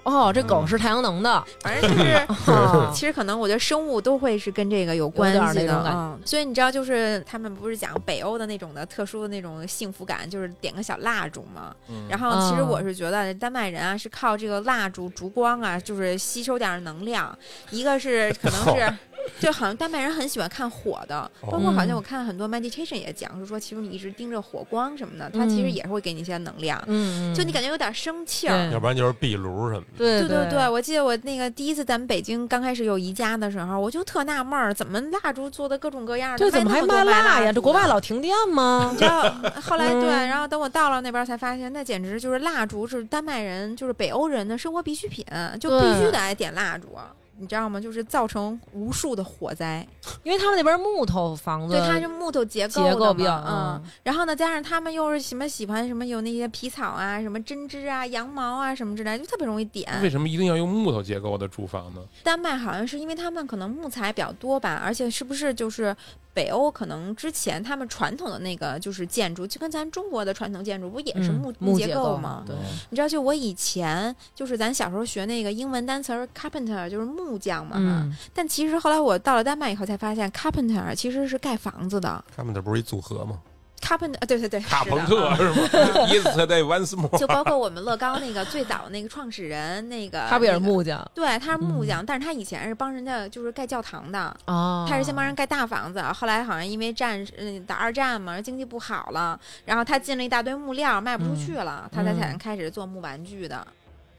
B: 哦，这狗是太阳能的，
C: 反正就是，
B: 哦
C: 其实可能我觉得生物都会是跟这个有关
B: 点儿
C: 系
B: 那
C: 的
B: 种感觉
C: 嗯。所以你知道，就是他们不是讲北欧的那种的特殊的那种幸福感，就是点个小蜡烛嘛。
D: 嗯
C: 然后，其实
B: 嗯
C: 我是觉得丹麦人啊，是靠这个蜡烛、烛光啊，就是吸收点儿能量。一个是可能是， 就好像丹麦人很喜欢看火的，包括好
B: 嗯
C: 像我看很多 meditation 也讲，是说其实你一直盯着火光什么的，它其实
B: 嗯
C: 也会给你一些能量，
B: 嗯，嗯
C: 就你感觉有点生气儿。
B: 对
E: 要不然就是壁炉什么的。
B: 对
C: 对
B: 对
C: 对，，我记得我那个第一次咱们北京刚开始有宜家的时候，我就特纳闷儿，怎么蜡烛做的各种各样的，
B: 这怎么还
C: 那多
B: 卖蜡呀？
C: 烛
B: 这国
C: 的
B: 外老停电吗
C: 你？知道，后来对，
B: 嗯
C: 然后等我到了那边儿才发现，那简直就是蜡烛是丹麦人，就是北欧人的生活必需品，就必须
B: 对
C: 得爱点蜡烛。你知道吗？就是造成无数的火灾，
B: 因为他们那边木头房子，
C: 对，它是木头结构
B: 结
C: 的
B: 构
C: 嘛
B: 比较
C: 嗯，，然后呢，加上他们又是什么喜欢什么有那些皮草啊、什么针织啊、羊毛啊什么之类的，就特别容易点。
D: 为什么一定要用木头结构的住房呢？
C: 丹麦好像是因为他们可能木材比较多吧，而且是不是就是北欧可能之前他们传统的那个就是建筑，就跟咱中国的传统建筑不也是
B: 嗯
C: 木、
B: 木
C: 结构
B: 构
C: 吗？
B: 对，
C: 你知道，就我以前就是咱小时候学那个英文单词儿 carpenter，就是木匠嘛。
B: 嗯，
C: 但其实后来我到了丹麦以后才发现，carpenter 其实是盖房子的。
E: 他们那不是一组合吗？
C: carpenter，呃对对对，
D: 卡
C: 是的
D: 朋特
C: 啊
D: 是吗 ？Yesterday once more，
C: 就包括我们乐高那个最早那个创始人那个
B: 他不也是
C: 呃那个
B: 木匠嗯
C: 对，他是木匠，但是他以前是帮人家就是盖教堂的。
B: 啊？
C: 他是先帮人盖大房子，后来好像因为战嗯打二战嘛，经济不好了，然后他进了一大堆木料，卖不出去了，他才
B: 嗯
C: 才开始做木玩具的。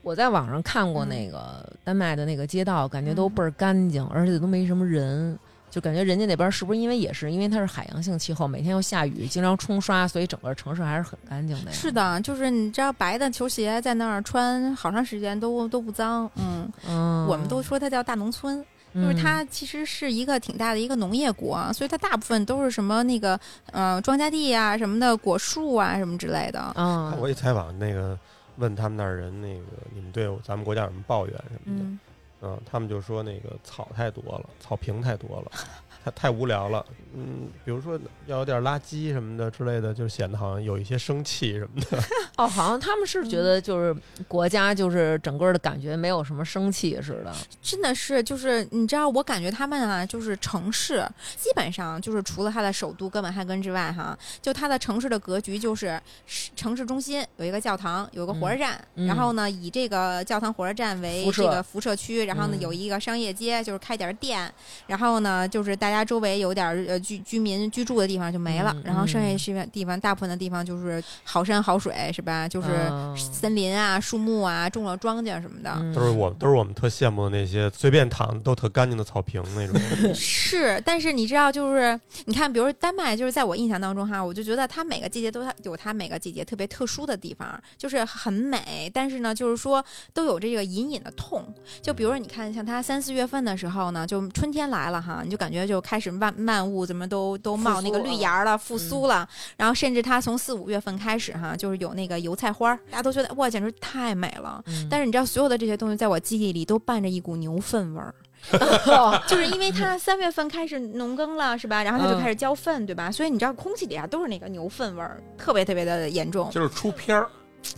B: 我在网上看过
C: 嗯
B: 那个丹麦的那个街道，感觉都倍儿干净，而且都没什么人。就感觉人家那边是不是因为也是因为它是海洋性气候，每天又下雨，经常冲刷，所以整个城市还是很干净的呀。
C: 是，的，就是你知道白的球鞋在那儿穿好长时间都都不脏，嗯，
B: 嗯，
C: 我们都说它叫大农村，就是它其实是一个挺大的一个农业国啊，所以它大部分都是什么那个呃庄稼地啊、什么的果树啊、什么之类的。
B: 啊，
E: 我一采访那个问他们那儿人那个你们对咱们国家有什么抱怨什么的，
C: 嗯，
E: 嗯，他们就说那个草太多了，草坪太多了， 太太无聊了。嗯，比如说要有点垃圾什么的之类的，就显得好像有一些生气什么的。
B: 哦，好像他们是觉得就是国家就是整个的感觉没有什么生气似的，
C: 真的是，就是你知道，我感觉他们啊，就是城市基本上就是除了它的首都哥本哈根之外，哈，就它的城市的格局就是市城市中心有一个教堂，有一个火车站，
B: 嗯嗯
C: 然后呢，以这个教堂、火车站为
B: 辐射
C: 这个辐射区，然后呢
B: 嗯
C: 有一个商业街，就是开点店，然后呢就是大家周围有点呃居居民居住的地方就没了，
B: 嗯
C: 然后剩下
B: 嗯
C: 是地方大部分的地方就是好山好水是吧？就是啊
B: 啊
C: 森林啊、树木啊，种了庄稼什么的。
B: 嗯
E: 都是 我都是我们特羡慕的那些随便躺都特干净的草坪那 种。
C: 是，但是你知道，就是你看，比如丹麦，就是在我印象当中哈，我就觉得它每个季节都它有它每个季节特别特殊的地方，就是很美，但是呢，就是说都有这个隐隐的痛。就比如说，你看，像它三四月份的时候呢，就春天来了哈，你就感觉就开始漫漫雾怎么都都冒那个绿芽了，复苏了。然后甚至它从四五月份开始哈，就是有那个油菜花儿，大家都觉得哇，简直太美了。
B: 嗯
C: 但是你知道，所有的这些东西在我记忆里都伴着一股牛粪味儿。 就是因为它三月份开始农耕了，是吧？然后它就
B: 嗯
C: 开始浇粪，对吧？所以你知道空气里啊都是那个牛粪味儿，特别特别的严重。
D: 就是出片儿，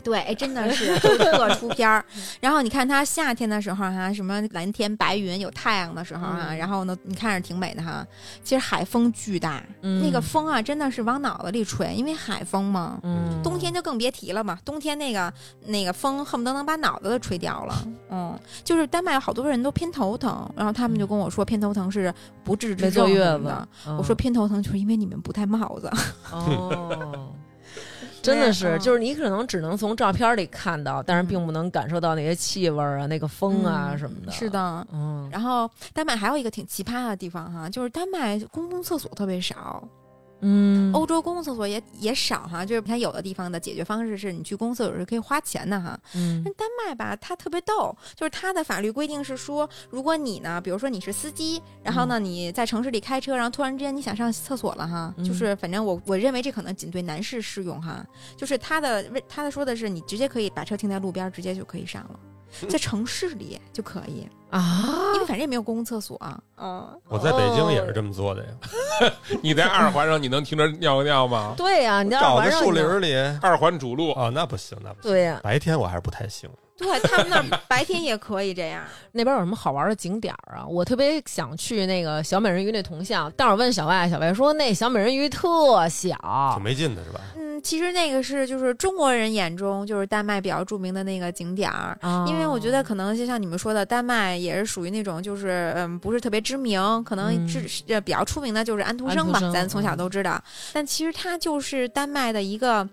C: 对，哎，真的 是就是特出片儿。然后你看它夏天的时候哈、什么蓝天白云有太阳的时候啊，
B: 嗯
C: 然后呢，你看着挺美的哈。其实海风巨大，
B: 嗯
C: 那个风啊真的是往脑子里吹，因为海风嘛。
B: 嗯
C: 冬天就更别提了嘛，冬天那个那个风恨不得能把脑子都吹 掉了。嗯，就是丹麦有好多人都偏头疼，然后他们就跟我说偏头疼是不治之
B: 没坐
C: 症
B: 月
C: 什
B: 子
C: 么的。，
B: 嗯
C: 我说偏头疼就是因为你们不戴帽子，
B: 哦。真的是，
C: 嗯
B: 就是你可能只能从照片里看到，但是并不能感受到那些气味儿啊、那个风啊
C: 嗯
B: 什么的。
C: 是，的。
B: 嗯，
C: 然后丹麦还有一个挺奇葩的地方哈，就是丹麦公共厕所特别少，
B: 嗯，
C: 欧洲公共厕所也也少哈。就是它有的地方的解决方式是你去公共厕所是可以花钱的哈，
B: 嗯，
C: 但丹麦吧，它特别逗，就是它的法律规定是说，如果你呢，比如说你是司机，然后呢你在城市里开车，然后突然之间你想上厕所了哈，
B: 嗯
C: 就是反正我我认为这可能仅对男士适用哈，就是它的它的说的是你直接可以把车停在路边儿，直接就可以上了。在城市里就可以，
B: 啊，
C: 因为反正也没有公共厕所啊。嗯，
E: 我在北京也是这么做的呀，
C: 哦
D: 你在二环上你能停着尿个尿吗？
B: 对呀，你在
E: 找
B: 晚
E: 个
B: 上
E: 树
B: 你
E: 林儿里。
D: 二环主路，
E: 哦，那不行，那不行。
B: 对呀，
E: 白天我还是不太行。
C: 对他们那儿白天也可以这样。
B: 那边有什么好玩的景点儿啊？我特别想去那个小美人鱼那铜像，但是我问小外，小外说那小美人鱼特小
C: 啊
E: 挺，没劲的是吧？
C: 嗯，其实那个是就是中国人眼中就是丹麦比较著名的那个景点儿，
B: 啊
C: 因为我觉得可能就像你们说的，丹麦也是属于那种就是嗯不是特别知名，可能
B: 嗯
C: 是、呃比较出名的就是安徒
B: 安
C: 生
B: 徒
C: 吧，
B: 生嗯
C: 咱从小都知道。但其实它就是丹麦的一个，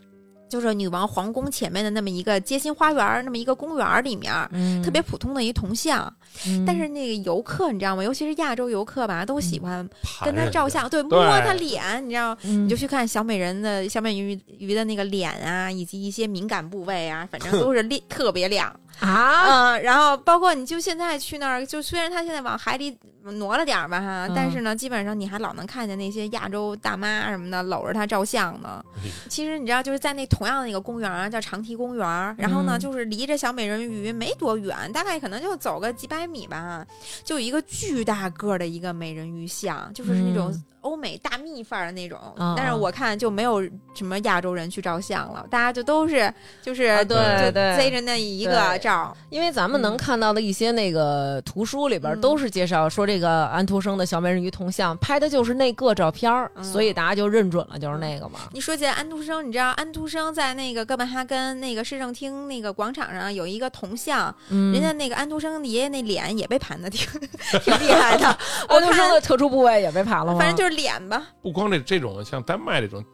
C: 就是女王皇宫前面的那么一个街心花园儿，那么一个公园儿里面儿。
B: 嗯
C: 特别，普通的一铜像，
B: 嗯
C: 但是那个游客你知道吗？尤其是亚洲游客吧，都喜欢
E: 盘
C: 跟他
E: 人
C: 照
E: 家，
C: 相，对，摸
D: 对
C: 他脸，你知道，
B: 嗯
C: 你就去看小美人的小美人鱼鱼的那个脸啊，以及一些敏感部位啊，反正都是亮特别亮。
B: 啊，
C: 嗯，然后包括你就现在去那儿，就虽然它现在往海里挪了点儿吧哈，
B: 嗯
C: 但是呢，基本上你还老能看见那些亚洲大妈什么的搂着它照相呢。
E: 哎
C: 其实你知道，就是在那同样的一个公园啊，叫长堤公园儿，然后呢，
B: 嗯
C: 就是离着小美人鱼没多远，大概可能就走个几百米吧，就有一个巨大个儿的一个美人鱼像，就是是那种
B: 嗯
C: 欧美大蜜范儿的那种。
B: 嗯
C: 但是
B: 嗯
C: 我看就没有什么亚洲人去照相了，大家就都是就是、
B: 啊
C: 就
B: 对对
C: 贼着那一个
B: 对
C: 照。
B: 因为咱们能看到的一些那个图书里边儿
C: 嗯
B: 都是介绍说这个安徒生的小美人鱼铜像拍的就是那个照片儿，
C: 嗯
B: 所以大家就认准了就是那个嘛。
C: 你说起来安徒生，你知道安徒生在那个哥本哈根那个市政厅那个广场上有一个铜像，
B: 嗯，
C: 人家那个安徒生的爷爷那脸也被盘的挺 挺厉害 的，
B: 安徒生的特殊部位也被盘了吗？
C: 反正就是脸吧。
D: 不光这这种像丹麦这种，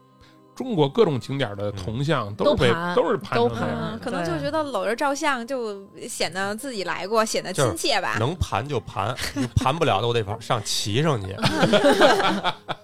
D: 中国各种景点的铜像都是被
B: 都盘
D: 都是盘成
B: 都
D: 那
B: 盘
D: 样
C: 嗯，
D: 的。
C: 可能就觉得搂着照相就显得自己来过，显得亲切吧。
E: 能盘就盘，你盘不了的我得往上骑上 去。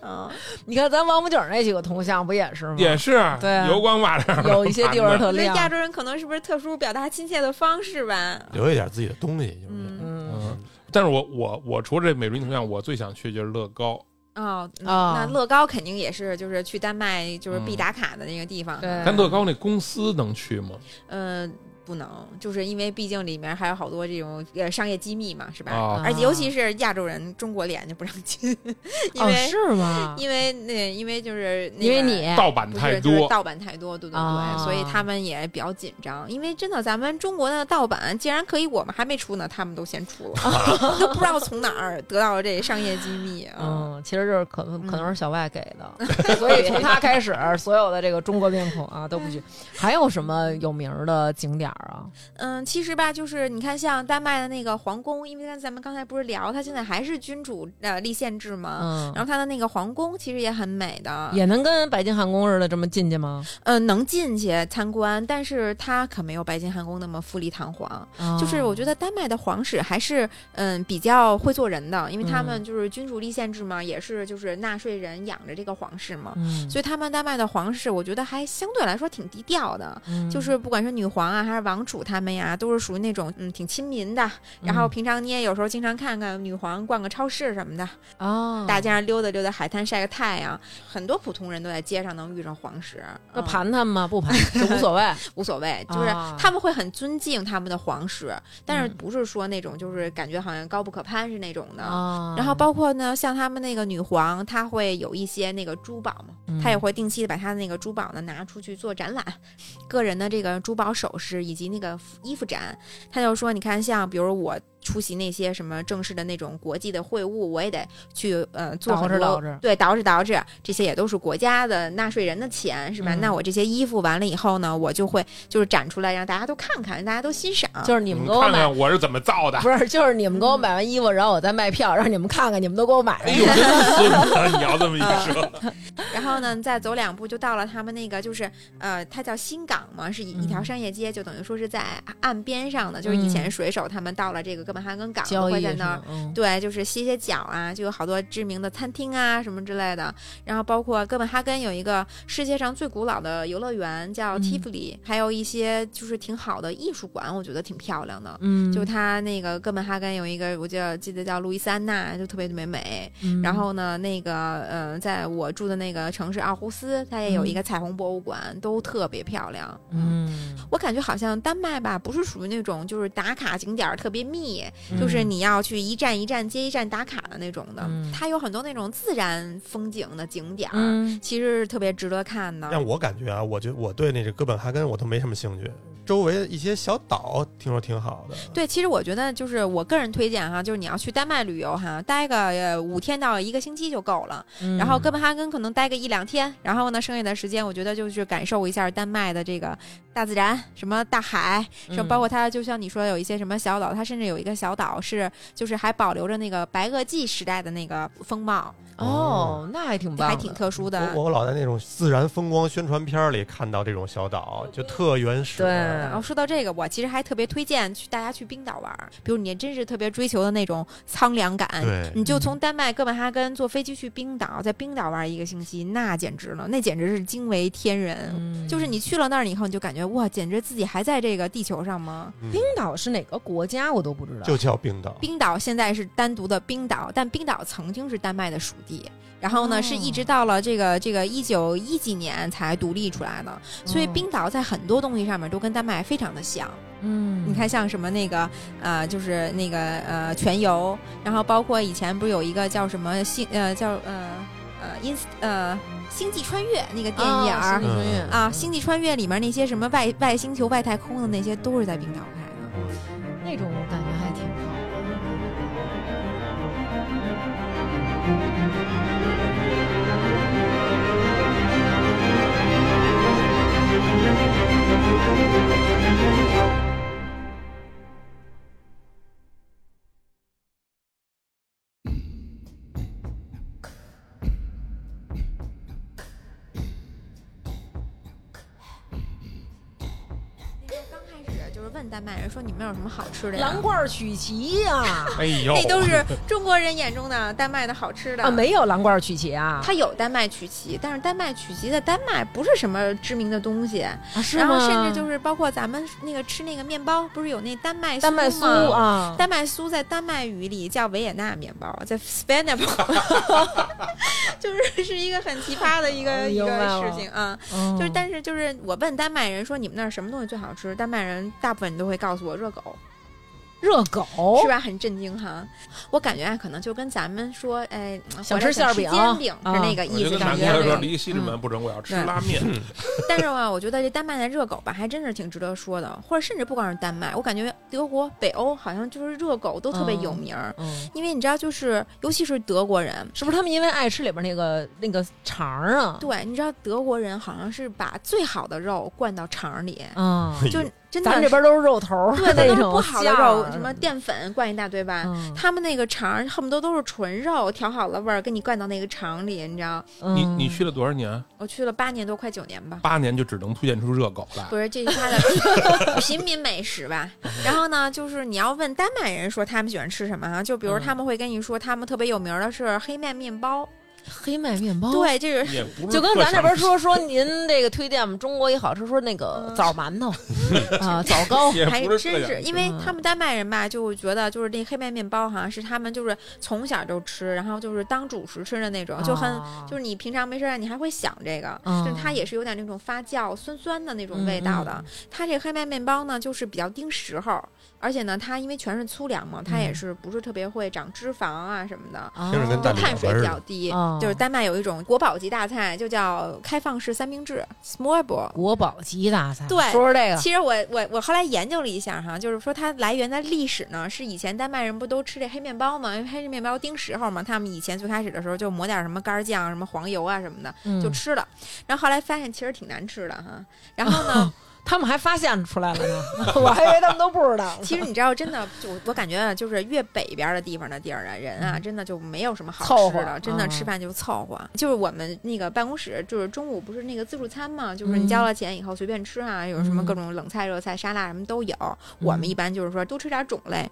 C: 嗯，
B: 你看咱王府井那几个铜像不也是吗？
D: 也是，
B: 对啊
D: 油光瓦亮 的，
B: 有一些地方
D: 盘的
B: 特
C: 我觉得
B: 亮。
C: 亚洲人可能是不是特殊表达亲切的方式吧？
E: 留一点自己的东西，就是这样。
C: 嗯，
B: 嗯，
D: 嗯，但是我我我除了这美国印度象，我最想去就是乐高。
C: 哦，
B: 哦
C: 那那乐高肯定也是，就是去丹麦就是必
D: 嗯
C: 打卡的那个地方。
B: 对
D: 但乐高那公司能去吗？
C: 嗯、不能，就是因为毕竟里面还有好多这种呃商业机密嘛，是吧？
D: 啊，
C: 而且尤其是亚洲人，中国脸就不让进， 因
B: 哦，
C: 为、
B: 是吗？
C: 因为那因为就是、那个、
B: 因为你
D: 盗版
C: 不
D: 太
C: 是就是
D: 多，
C: 盗版太多，对对对，
B: 啊
C: 所以他们也比较紧张。因为真的，咱们中国的盗版竟然可以，我们还没出呢，他们都先出 了，都不知道从哪儿得到这商业机密啊。
B: 嗯，其实就是可能
C: 嗯
B: 可能是小外给 的，所以从他开始，所有的这个中国面孔啊都不去。还有什么有名儿的景点儿啊？
C: 嗯，其实吧，就是你看，像丹麦的那个皇宫，因为咱咱们刚才不是聊，它现在还是君主呃立宪制嘛。
B: 嗯，
C: 然后它的那个皇宫其实也很美的，
B: 也能跟北京汉宫似的这么进去吗？
C: 呃，能进去参观，但是它可没有白金汉宫那么富丽堂皇。
B: 哦
C: 就是我觉得丹麦的皇室还是嗯比较会做人的，因为他们
B: 嗯
C: 就是君主立宪制嘛，也是就是纳税人养着这个皇室嘛
B: 得，嗯，
C: 所以他们丹麦的皇室，我觉得还相对来说挺低调的。
B: 嗯
C: 就是不管是女皇啊，还是王储他们呀，都是属于那种嗯挺亲民的。然后
B: 嗯
C: 平常你也有时候经常看看女皇逛个超市什么的，
B: 啊，
C: 大街上溜达溜达，海滩晒个太阳。很多普通人都在街上能遇上皇室，
B: 那
C: 嗯
B: 盘他们吗？ 不盘，就无所谓。
C: 无所谓，就是
B: 啊
C: 他们会很尊敬他们的皇室，但是
B: 嗯
C: 不是说那种就是感觉好像高不可攀是那种的。
B: 啊，
C: 然后包括呢，像他们那个女皇，她会有一些那个珠宝嘛，
B: 嗯
C: 她也会定期的把她的那个珠宝呢拿出去做展览，个人的这个珠宝首饰以及那个衣服展。她就说，你看像比如我出席那些什么正式的那种国际的会晤，我也得去呃做
B: 捯
C: 很
B: 饬捯
C: 多
B: 饬
C: 对，捯饬捯饬，这些也都是国家的纳税人的钱，是吧？
B: 嗯
C: 那我这些衣服完了以后呢，我就会就是展出来让大家都看看，让大家都欣赏。
B: 就是你
D: 你
B: 们
D: 们
B: 给我
D: 看
B: 买，
D: 看我是怎么 造的。
B: 不是，就是你们给
C: 嗯
B: 我买完衣服，然后我再卖票，让你们看看，你们都给我买
D: 哎
B: 了。
D: 呦，真孙子！你要这么一 说，
C: 然后呢，再走两步就到了他们那个，就是呃，它叫新港嘛，是一一条
B: 嗯
C: 商业街，就等于说是在啊岸边上的，就是以前水手他们到了这个哥本哈根港
B: 交
C: 会
B: 易
C: 在
B: 是
C: 那儿
B: 吗。嗯
C: 对，就是歇歇脚啊，就有好多知名的餐厅啊什么之类的。然后包括哥本哈根有一个世界上最古老的游乐园叫
B: 嗯
C: Tivoli，、还有一些就是挺好的艺术馆，我觉得挺漂亮的。
B: 嗯，
C: 就它那个哥本哈根有一个，我记得记得叫路易斯安那，就特别特别美。
B: 嗯，
C: 然后呢，那个呃，在我住的那个城市奥胡斯，它也有一个彩虹博物馆，都特别漂亮。，
B: 嗯，
C: 我感觉好像丹麦吧，不是属于那种就是打卡景点儿特别密，就是
B: 嗯
C: 你要去一站一站接一站打卡的那种的。
B: 嗯
C: 它有很多那种自然风景的景点儿，
B: 嗯
C: 其实是特别值得看的。
E: 让我感觉啊，我觉得我对那个哥本哈根我都没什么兴趣，周围的一些小岛听说挺好的。
C: 对，其实我觉得就是我个人推荐哈，就是你要去丹麦旅游哈，待个呃五天到一个星期就够了。
B: 嗯
C: 啊然后哥本哈根可能待个一两天，然后呢，剩下的时间我觉得就是感受一下丹麦的这个大自然，什么大海，
B: 嗯
C: 什么包括它，就像你说有一些什么小岛，它甚至有一个小岛是就是还保留着那个白垩纪时代的那个风貌，
B: 哦，那还挺棒的，
C: 还挺特殊的。
E: 我我老在那种自然风光宣传片里看到这种小岛，就特原始。嗯
B: 对
C: 然后说到这个，我其实还特别推荐去大家去冰岛玩儿，比如你真是特别追求的那种苍凉感，
E: 对
C: 你
B: 嗯
C: 就从丹麦哥本哈根坐飞机去冰岛，在冰岛玩儿一个星期，那简直了，那简直是惊为天人。
B: 嗯
C: 就是你去了那儿以后，你就感觉哇，简直自己还在这个地球上吗？
E: 嗯
B: 冰岛是哪个国家我都不知道，
E: 就叫冰岛。
C: 冰岛现在是单独的冰岛，但冰岛曾经是丹麦的属地，然后呢，
B: 哦
C: 是一直到了这个这个一九一几年才独立出来的，所以
B: 哦
C: 冰岛在很多东西上面都跟丹麦非常的像。
B: 嗯，
C: 你看，像什么那个呃，就是那个呃全游，然后包括以前不是有一个叫什么星呃叫呃呃因呃星际穿越那个
B: 啊
C: 电
B: 哦
C: 影儿、
E: 际穿越
C: 啊，星际穿越里面那些什么外外星球、外太空的那些都是在冰岛拍的。
B: 那种感觉还挺好。
C: 刚开始就是问丹麦人说你们有什么好吃的呀
B: 蓝？罐曲奇呀、
D: 哎呦，
C: 那都是中国人眼中的丹麦的好吃的
B: 啊，没有蓝罐曲奇啊，
C: 它有丹麦曲奇，但是丹麦曲奇在丹麦不是什么知名的东西，
B: 啊是
C: 然后
B: 吗
C: 甚至就是包括咱们那个吃那个面包，不是有那丹麦
B: 丹麦
C: 酥
B: 酥
C: 吗？
B: 啊，
C: 丹麦酥在丹麦语里叫维也纳面包，在 s p a n a b l e 就是是一个很奇葩的一个、
B: 哦
C: 一个
B: 明白了
C: 事情啊。
B: 嗯
C: 就是，但是就是我问丹麦人说你们那儿什么东西最好吃，丹麦人大部分都会告诉我热狗，
B: 热狗
C: 是吧？很震惊哈。我感觉啊，可能就跟咱们说，哎，
B: 想
C: 回
B: 吃
C: 来
B: 馅儿
C: 吃
B: 饼啊
C: 煎饼是那个
D: 我
C: 意
D: 就
C: 思，
D: 跟
C: 感
D: 南
C: 觉
D: 哥
C: 那
D: 说
C: 个
D: 离西直门不准，我要吃
C: 嗯
D: 拉面。
C: 但是啊，我觉得这丹麦的热狗吧，还真是挺值得说的，或者甚至不光是丹麦，我感觉德国、北欧好像就是热狗都特别有名儿。
B: 嗯，
C: 因为你知道，就是尤其是德国人，
B: 是不是他们因为爱吃里边那个那个肠儿啊？
C: 对，你知道德国人好像是把最好的肉灌到肠里，
B: 啊，
E: 哎
C: 就真的
B: 咱这边都是肉头儿，
C: 对那
B: 啊那
C: 都是
B: 种
C: 不好的
B: 馅
C: 肉，
B: 儿啊
C: 什么淀粉灌一大堆吧。
B: 嗯
C: 他们那个肠恨不得都是纯肉，调好了味儿，给你灌到那个肠里，你知道？
D: 你
B: 嗯
D: 你去了多少年？
C: 我去了八年多，快九年吧。
D: 八年就只能推荐出热狗来。
C: 不是，这是他 的平民美食吧？然后呢，就是你要问丹麦人说他们喜欢吃什么啊？就比如
B: 嗯
C: 他们会跟你说，他们特别有名的是黑面面包。
B: 黑麦面包，，
C: 对，这是
D: 也不是
B: 就跟咱这边
D: 特
B: 说说您这个推荐我们中国一好吃，说那个
C: 嗯
B: 枣馒 头啊，枣糕
D: 想 吃，也
C: 还
D: 不是特
C: 真是，
D: 想吃
C: 因为
B: 嗯
C: 他们丹麦人吧，就觉得就是那黑麦面包好像是他们就是从小就吃，然后就是当主食吃的那 种，就很。
B: 啊
C: 就是你平常没事儿，你还会想这个，
B: 嗯
C: 就是它也是有点那种发酵、酸酸的那种味道的。
B: 嗯
C: 它这黑麦面包呢，就是比较盯时候，而且呢，它因为全是粗粮嘛，它也
B: 嗯
C: 是不是特别会长脂肪啊什么的，
B: 啊
E: 听着跟蛋
C: 就
E: 饼
C: 碳水
E: 似
C: 比
E: 的
C: 较低。
B: 哦
C: 就是丹麦有一种国宝级大菜，就叫开放式三明治 s m o r b o
B: 国宝级大菜，
C: 对
B: 说说这个，
C: 其实我我我后来研究了一下哈，就是说它来源的历史呢，是以前丹麦人不都吃这黑面包嘛，因为黑面包盯时候嘛，他们以前最开始的时候就抹点什么干酱、什么黄油啊什么的，
B: 嗯
C: 就吃了。然后后来发现其实挺难吃的哈。然 后呢，
B: 他们还发现出来了呢， 我还以为他们都不知道。
C: 其实你知道，真的就我我感觉啊，就是越北边的地方的地儿啊，人啊，真的就没有什么好
B: 嗯凑
C: 吃
B: 合
C: 的，真的
B: 嗯
C: 吃饭就凑合。就是我们那个办公室，就是中午不是那个自助餐嘛，就是你
B: 嗯
C: 交了钱以后随便吃啊，有什么
B: 嗯
C: 各种冷菜、热菜、沙拉什么都有。我们一般就是说多吃点种类。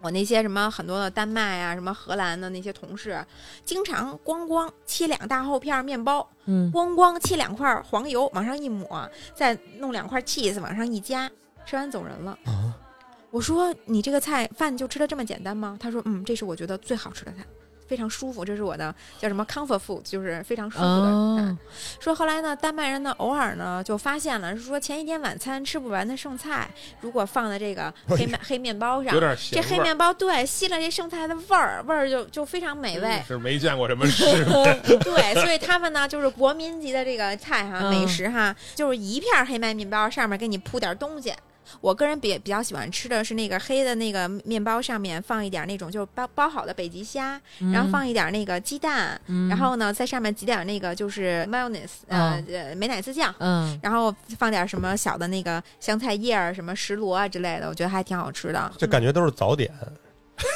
C: 我那些什么很多的丹麦啊，什么荷兰的那些同事，经常咣咣切两大厚片儿面包，
B: 嗯，
C: 咣咣切两块黄油往上一抹，再弄两块 cheese 往上一加，吃完走人了。
E: 啊
C: 我说你这个菜饭就吃的这么简单吗？他说嗯，这是我觉得最好吃的菜，非常舒服，这是我的叫什么 comfort food，就是非常舒服的菜。
B: 哦
C: 说后来呢，丹麦人呢偶尔呢就发现了，是说前一天晚餐吃不完的剩菜，如果放在这个黑面、黑面包上
D: 哎有，点
C: 这
D: 咸
C: 黑
D: 味儿
C: 面包对吸了这剩菜的味儿，味儿就就非常美味。
D: 是没见过什么世面。
C: 对，所以他们呢就是国民级的这个菜哈，
B: 嗯
C: 美食哈，就是一片儿黑麦面包，上面给你铺点东西。我个人比比较喜欢吃的是那个黑的那个面包，上面放一点那种就是包包好的北极虾，然后放一点那个鸡蛋，
B: 嗯，
C: 然后呢在上面挤点那个就是 mayonnaise 呃、呃美乃滋酱，
B: 嗯，
C: 然后放点什么小的那个香菜叶儿、什么石螺啊之类的，我觉得还挺好 吃的。
E: 这感觉都是早点，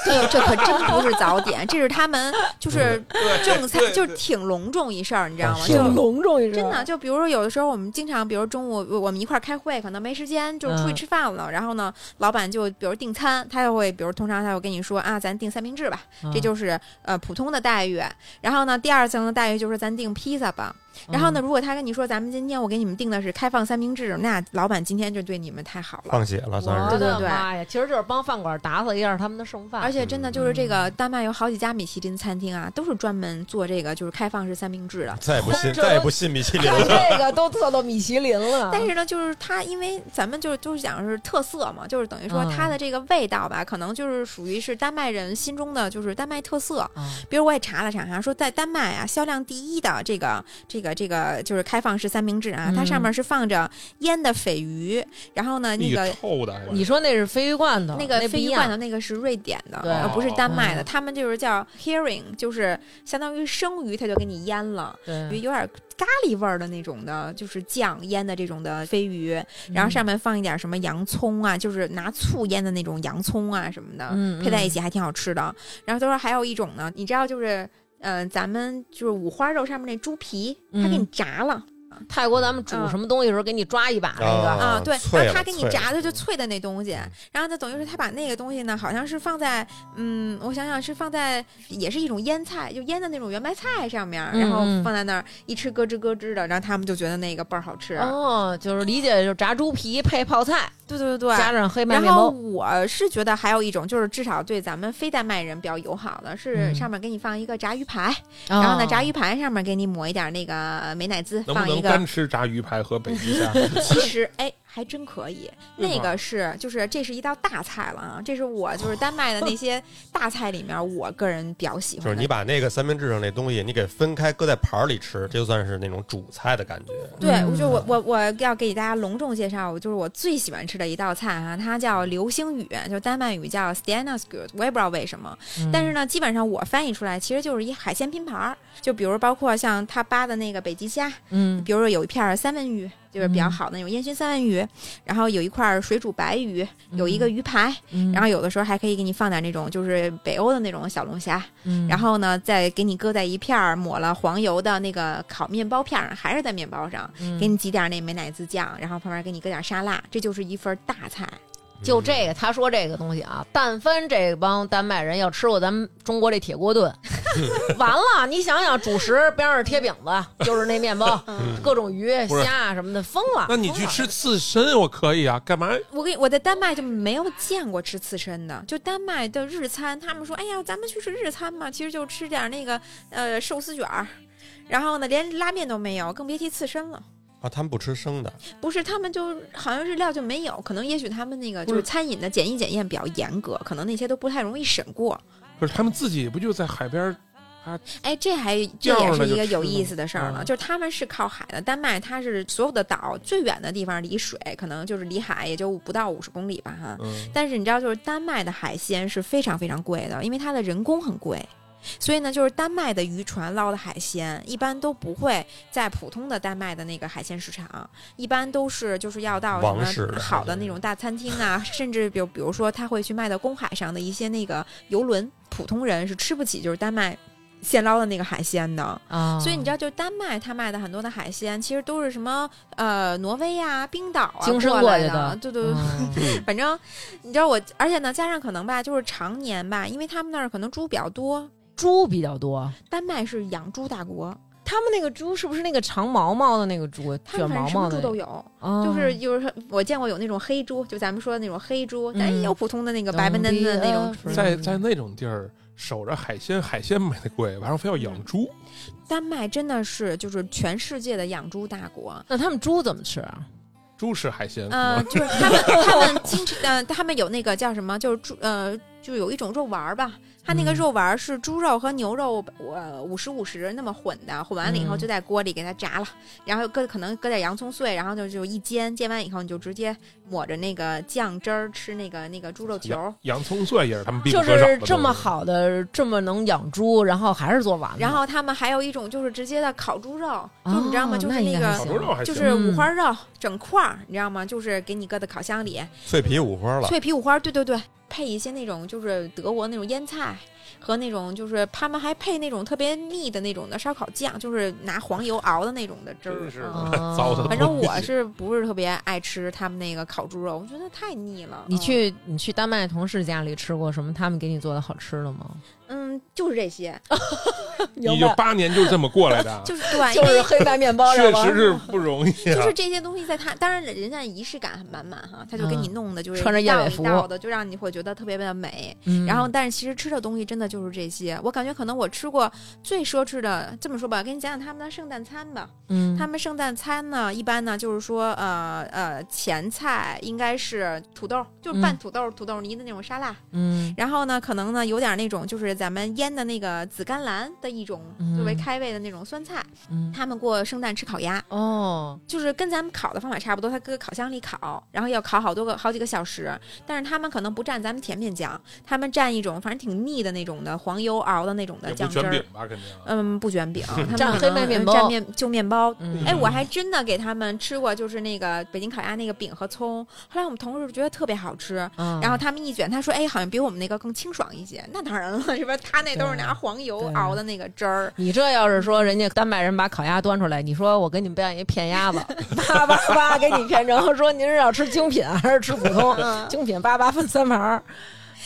C: 这这可真不是早点，这是他们就是正餐，就是挺隆重一事儿，你知道吗？
E: 啊
C: 就
E: 挺
B: 隆重一
C: 真的，就比如说有的时候我们经常，比如中午我我们一块儿开会，可能没时间，就是出去
B: 嗯
C: 吃饭了。然后呢，老板就比如订餐，他就会比如通常他会跟你说啊，咱订三明治吧，
B: 嗯
C: 这就是呃普通的待遇。然后呢，第二层的待遇就是咱订披萨吧。
B: 嗯
C: 然后呢，，如果他跟你说咱们今天我给你们订的是开放三明治，那老板今天就对你们太好了。
E: 放血了算
B: 我的
E: 是。
C: 对对对
B: 嗯妈呀，其实就是帮饭馆打扫一下他们的剩饭，
C: 而
B: 且
C: 且真的就是这个丹麦有好几家米其林餐厅啊，都是专门做这个就是开放式三明治的。
E: 再也不信，
B: 这
E: 再也不信米其林了。
B: 这个都测到米其林了，
C: 但是呢，就是它，因为咱们就是就是讲是特色嘛，就是等于说
B: 嗯
C: 它的这个味道吧，可能就是属于是丹麦人心中的就是丹麦特色。
B: 啊
C: 比如我也查了查哈，说在丹麦啊，销量第一的这个这个这个就是开放式三明治啊，它上
B: 嗯
C: 面是放着腌的鲱鱼，然后呢 那
D: 你
C: 个。
D: 臭的，
B: 你说那是鲱鱼罐头，
C: 嗯那个
B: 啊不
C: 鲱
B: 一
C: 鱼
B: 样
C: 罐头，那个是瑞典的，
B: 对
C: 而不是丹麦的。
B: 嗯
C: 他们就是叫 herring，就是相当于生鱼，它就给你腌了，有
B: 对，
C: 有点咖喱味儿的那种的，就是酱腌的这种的鲱鱼。
B: 嗯
C: 然后上面放一点什么洋葱啊，就是拿醋腌的那种洋葱啊什么的，
B: 嗯
C: 配在一起还挺好吃的。然后他说还有一种呢，你知道就是，呃，咱们就是五花肉上面那猪皮，他给你
B: 嗯
C: 炸了，
B: 泰国咱们煮
C: 嗯
B: 什么东西的时候给你抓一把那个，
C: 啊，对，
E: 脆
C: 然
E: 了
C: 后他给你
E: 脆了
C: 炸的就脆的那东西
E: 嗯，
C: 然后呢，等于是他把那个东西呢，好像是放在，嗯，我想想是放在，也是一种腌菜，就腌的那种圆白菜上面，
B: 嗯
C: 然后
B: 嗯
C: 放在那儿一吃咯吱咯吱的，然后他们就觉得那个倍儿好吃。
B: 哦，就是理解就是炸猪皮配泡菜，
C: 对对对
B: 加上黑麦
C: 然
B: 面
C: 后
B: 包，
C: 我是觉得还有一种，就是至少对咱们非丹麦人比较友好的是，
B: 嗯哦
C: 上面给你放一个炸鱼排，然后呢，炸
B: 鱼
C: 鱼排上面给你抹一点那个呃美乃滋，
D: 能
C: 放
D: 不
C: 一
D: 能
C: 个
D: 干吃炸鱼排和北 极虾？
C: 其实哎，还真可以。
D: 对
C: 那
D: 吧
C: 个是就是这是一道大菜了啊，这是我就是丹麦的那些大菜里面，我个人比较喜
E: 就是
C: 欢的。
E: 你把那个三明治上那东西，你给分开搁在盘儿里吃，这就算是那种主菜的感觉。
C: 对，
B: 嗯
C: 我就我我我要给大家隆重介绍，我就是我最喜欢吃的一道菜啊，它叫
B: 嗯
C: 流星雨，就丹麦语叫 s t a n a s g u d 我也不知道为什么，
B: 嗯
C: 但是呢，基本上我翻译出来其实就是一海鲜拼盘儿，就比如包括像他扒的那个北极虾，
B: 嗯
C: 比如说有一片儿三文鱼，就是比较
B: 嗯
C: 好的那种烟熏三文鱼，然后有一块儿水煮白鱼，有一个鱼排，
B: 嗯，
C: 然后有的时候还可以给你放点那种就是北欧的那种小龙虾，
B: 嗯
C: 然后呢再给你搁在一片儿抹了黄油的那个烤面包片儿，还是在面包上，
B: 嗯
C: 给你挤点那美乃滋酱，然后旁边给你搁点沙拉，这就是一份大菜。
B: 就这个，他说这个东西啊，但凡这帮丹麦人要吃过咱们中国这铁锅 炖，完了，你想想，主食边上是贴饼子，就是那面包，各种鱼、
D: 嗯不是
B: 虾啊什么的，疯了。
D: 那你
B: 疯
D: 去
B: 了
D: 吃刺身，我可以啊，干嘛？
C: 我跟你，我在丹麦就没有见过吃刺身的，就丹麦的日餐，他们说，哎呀，咱们去吃日餐吧，其实就吃点那个呃寿司卷儿，然后呢连拉面都没有，更别提刺身了。
E: 啊，他们不吃生的，
C: 不是，他们就好像日料就没有，可能也许他们那个就
D: 不
C: 是
D: 是
C: 餐饮的检疫检验比较严格，可能那些都不太容易审过。
D: 不是他们自己不就在海边儿？
C: 哎，这还
D: 这
C: 这
D: 样
C: 也
D: 呢
C: 是一个
D: 就吃
C: 有意
D: 吗
C: 思的事儿了，
D: 嗯
C: 就是他们是靠海的，丹麦它是所有的岛最远的地方离水可能就是离海也就不到五十公里吧哈。
D: 嗯，
C: 但是你知道，就是丹麦的海鲜是非常非常贵的，因为它的人工很贵。所以呢，就是丹麦的渔船捞的海鲜，一般都不会在普通的丹麦的那个海鲜市场，一般都是就是要到
E: 王
C: 什
E: 室的
C: 么
E: 海
C: 好的那
E: 鲜
C: 种大餐厅 啊，甚至比如比如说他会去卖到公海上的一些那个游轮，普通人是吃不起就是丹麦现捞的那个海鲜的。
B: 啊，
C: 所以你知道，就丹麦它卖的很多的海鲜，其实都是什么呃挪威啊、冰岛啊
B: 精神
C: 过
B: 过
C: 来
B: 去
C: 的
B: 的，嗯
C: 对对对，反正你知道我，而且呢，加上可能吧，就是常年吧，因为他们那儿可能猪比较多，
B: 猪比较多，
C: 丹麦是养猪大国，
B: 他们那个猪是不是那个长毛毛的那个猪，啊
C: 他
B: 卷
C: 们反
B: 毛
C: 正什
B: 毛
C: 么
B: 的
C: 猪
B: 那
C: 都
B: 个？
C: 有，
B: 哦
C: 就是就是我见过有那种黑猪，就咱们说的那种黑猪，但
B: 嗯
C: 也有普通的那个白白嫩嫩的那种猪。
D: 在在那种地儿守着海鲜，海鲜买的贵，晚上非要
C: 嗯
D: 养猪，
C: 丹麦真的是就是全世界的养猪大国。
B: 那他们猪怎么吃啊？
D: 猪吃海鲜。
C: 呃，就是他们他们经常呃，他们有那个叫什么，就是猪呃，就有一种肉丸儿吧，它那个
B: 嗯
C: 肉丸儿是猪肉和牛肉呃五十五十那么混的，混完了以后
B: 嗯
C: 就在锅里给它炸了，然后搁可能搁点洋葱碎，然后就就一煎，煎完以后你就直接抹着那个酱汁儿吃那个那个猪肉球儿
D: 洋。洋葱碎也是他们必不
B: 就
D: 可少的
B: 是
D: 东西。
B: 这么好的，这么能养猪，然后还是做丸子，
C: 然后他们还有一种就是直接的烤猪肉，就
B: 哦
C: 是你知道吗？就是
B: 那应该
C: 个
B: 还
D: 烤猪肉还
C: 就
D: 行
C: 是五
B: 嗯
C: 花肉整块儿，你知道吗？就是给你搁在烤箱里，
E: 脆皮五花了。
C: 脆皮五花，对对对，配一些那种就是德国那种腌菜和那种就是他们还配那种特别腻的那种的烧烤酱，就是拿黄油熬的那种的汁儿
D: 真是。的
C: 嗯
B: 哦
D: 糟的
C: 反正我是不是特别爱吃他们那个烤猪肉，我觉得太腻了。
B: 你
C: 嗯
B: 去你去丹麦同事家里吃过什么他们给你做的好吃的 吗？
C: 嗯，就是这些，，
D: 你就八年就是这么过来 的啊
C: 就是对，
B: 就
C: 因
B: 是
C: 为
B: 黑白面包，
D: 确
B: 知道吗
D: 实是不容易啊。
C: 就是这些东西在他，当然人家仪式感很满满哈，他就给你
B: 嗯
C: 弄的就是
B: 穿着
C: 一
B: 燕
C: 道
B: 尾
C: 一
B: 服
C: 道的，就让你会觉得特别的美。
B: 嗯
C: 然后，但是其实吃的东西真的就是这些。我感觉可能我吃过最奢侈的，这么说吧，给你讲讲他们的圣诞餐吧。
B: 嗯，
C: 他们圣诞餐呢，一般呢就是说，呃呃，前菜应该是土豆，就是拌
B: 嗯
C: 土豆、土豆泥的那种沙拉。
B: 嗯
C: 然后呢，可能呢有点那种就是咱们腌的那个紫甘蓝的一种
B: 嗯
C: 作为开胃的那种酸菜。
B: 嗯
C: 他们过圣诞吃烤鸭，
B: 哦，
C: 就是跟咱们烤的方法差不多，他搁烤箱里烤，然后要烤好多个好几个小时。但是他们可能不蘸咱们甜面酱，他们蘸一种反正挺腻的那种的黄油熬的那种的
D: 也
C: 酱
D: 不
C: 汁
D: 卷
C: 儿
D: 饼。吧，肯定啊。
C: 嗯，不 卷饼，他们
B: 蘸
C: 可
B: 黑
C: 能
B: 麦面
C: 嗯
B: 包
C: 蘸面就面包，
B: 嗯
C: 哎，我还真的给他们吃过，就是那个北京烤鸭那个饼和葱。后来我们同事觉得特别好吃，
B: 啊
C: 然后他们一卷，他说：“哎，好像比我们那个更清爽一些。”那当然了，是吧？他那都是拿黄油
B: 对
C: 熬的那
F: 那个汁儿，
B: 你这要是说人家丹麦人把烤鸭端出来，你说我给你们表演一片鸭 子，叭叭叭给你片成，说您是要吃精品还是吃普通？
C: 嗯，
B: 精品八八分三盘 儿，